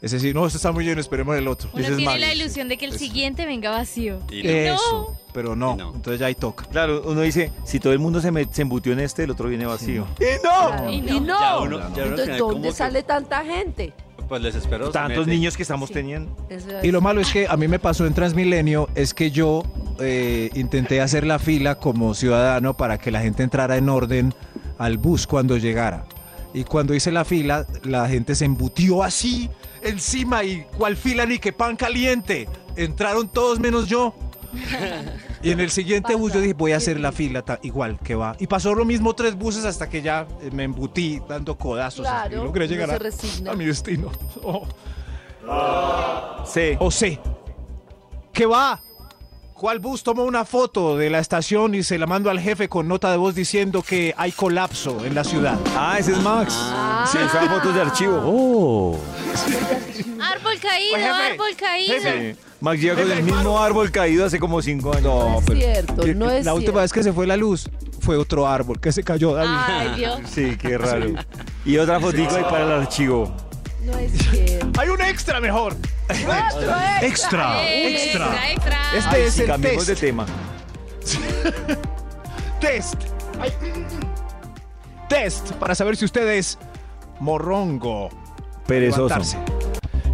Ese sí, no, este está muy lleno, esperemos el otro. Uno Ese es tiene la Max. ilusión de que el siguiente venga vacío. Y no. Eso, pero no, Y no. entonces ya ahí toca. Claro, uno dice, si todo el mundo se, me- se embutió en este, el otro viene vacío. ¡Y no! Y no. Y no. Ya uno- ya uno al Entonces, final como ¿dónde que- sale tanta gente? Pues les espero. se Tantos meten. niños que estamos Sí. teniendo. Eso es. Y lo malo es que a mí me pasó en Transmilenio, es que yo eh, intenté hacer la fila como ciudadano para que la gente entrara en orden al bus cuando llegara. Y cuando hice la fila, la gente se embutió así encima y cual fila ni que pan caliente. Entraron todos menos yo. Y en el siguiente bus yo dije, voy a hacer la fila ta- igual que va. Y pasó lo mismo tres buses hasta que ya eh, me embutí dando codazos. y Claro, logré uno llegar se a- resigna. a, mi destino. Oh. Sí. O C. ¿Qué va? ¿Cuál bus tomó una foto de la estación y se la mando al jefe con nota de voz diciendo que hay colapso en la ciudad? Ah, ese es Max. Ah. Se le fue a fotos de archivo. Oh. Árbol caído, Pues, jefe, árbol caído. Sí. Max llega con el mismo árbol caído hace como cinco años. No, es cierto, Que- no es la última cierto. vez que se fue la luz fue otro árbol que se cayó. David. Ay, Dios. Sí, qué raro. Y otra fotico ahí para el archivo. No es cierto. Hay un extra mejor. Extra, Ey, extra. extra, extra. Este Ay, es sí, el cambiemos test. de tema. Test. Test para saber si usted es morrongo. Perezoso. levantarse.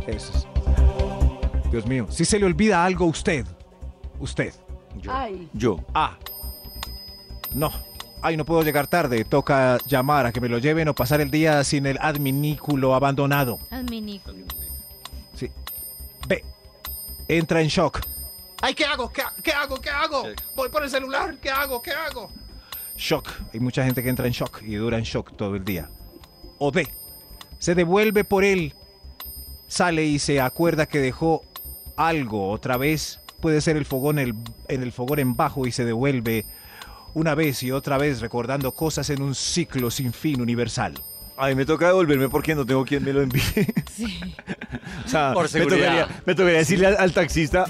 Eso es. Dios mío, si se le olvida algo a usted, usted. Ay, Yo. Ah, no. Ay, no puedo llegar tarde. Toca llamar a que me lo lleven o pasar el día sin el adminículo abandonado. Adminículo. Sí. B. Entra en shock. Ay, ¿qué hago? ¿Qué, ha- qué hago? ¿Qué hago? Voy por el celular. ¿Qué hago? ¿Qué hago? Shock. Hay mucha gente que entra en shock y dura en shock todo el día. O D. Se devuelve por él. Sale y se acuerda que dejó algo otra vez. Puede ser el fogón el- en el fogón en bajo y se devuelve una vez y otra vez recordando cosas en un ciclo sin fin universal. A mí me toca devolverme porque no tengo quien me lo envíe. O sea, Por me seguridad. tocaría, me tocaría decirle al, al taxista,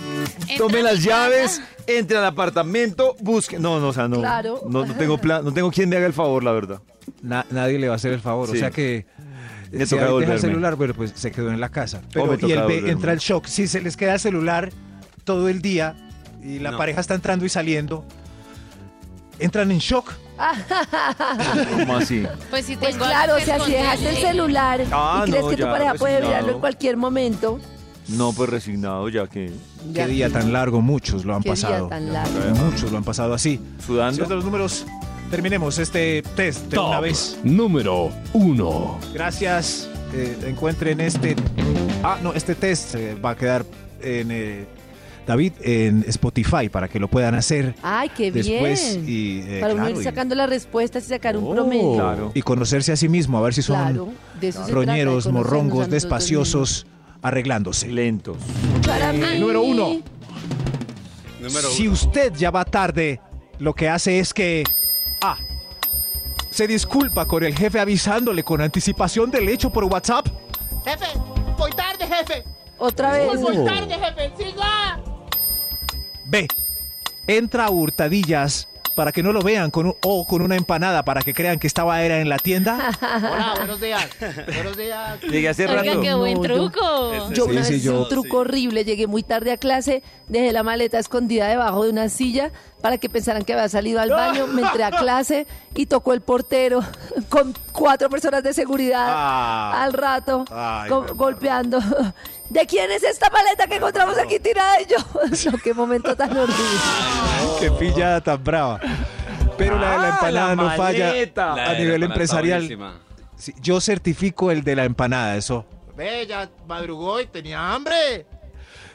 tome las llaves, entre al apartamento, busque. No, no, o sea, no. Claro. No, no tengo plan, no tengo quien me haga el favor, la verdad. Na- nadie le va a hacer el favor. Sí. O sea que. Me si ahorita deja toca devolverme. el celular, bueno, pues se quedó en la casa. O me Pero, toca y él devolverme. ve, entra el shock. Si se les queda el celular todo el día y la No. pareja está entrando y saliendo, entran en shock. ¿Cómo así? Pues si Pues tengo claro, algo o que sea, si dejaste el esconder, celular Ah, y crees no, que tu ya, pareja puede resignado. mirarlo en cualquier momento. No, pues resignado ya que ya. Qué día tan largo, muchos lo han Qué día pasado. tan largo. Muchos lo han pasado así. sudando. Señor de los números, terminemos este test de una Top vez. número 1. Gracias. eh, encuentren este. Ah, no, este test eh, va a quedar en. eh, David, en Spotify para que lo puedan hacer Ay, Ah, qué después bien. y, eh, Para uno claro, ir y- sacando las respuestas y sacar un Oh, promedio. Claro. y conocerse a sí mismo, a ver si son Claro, de eso se trata, de roñeros, conocernos a morrongos, nosotros despaciosos, arreglándose. Eh, Lentos. mismos. Para mí- número uno. Número Si usted ya va tarde, lo que hace es que A. Se disculpa con el jefe avisándole con anticipación del hecho por WhatsApp. Oh. Jefe, voy tarde, jefe. Otra vez. Voy tarde, jefe. Siga. B. Entra a hurtadillas para que no lo vean con un- o con una empanada para que crean que estaba era en la tienda. Hola, buenos días. Buenos días. Llegué hace Oiga, rato. qué buen No, yo- truco. Yo una Sí, sí, vez hice yo- un truco horrible, llegué muy tarde a clase, dejé la maleta escondida debajo de una silla para que pensaran que había salido al baño, me entré a clase y tocó el portero con cuatro personas de seguridad Ah. al rato, Ay, go- mi amor. golpeando. ¿De quién es esta maleta que encontramos aquí tirada? Y yo, no, qué momento tan horrible. Qué pillada tan brava. Pero la de Ah, la empanada no maleta. falla La a nivel de Rafael está empresarial. buenísima. Sí, yo certifico el de la empanada, eso. Ve, ya madrugó y tenía hambre.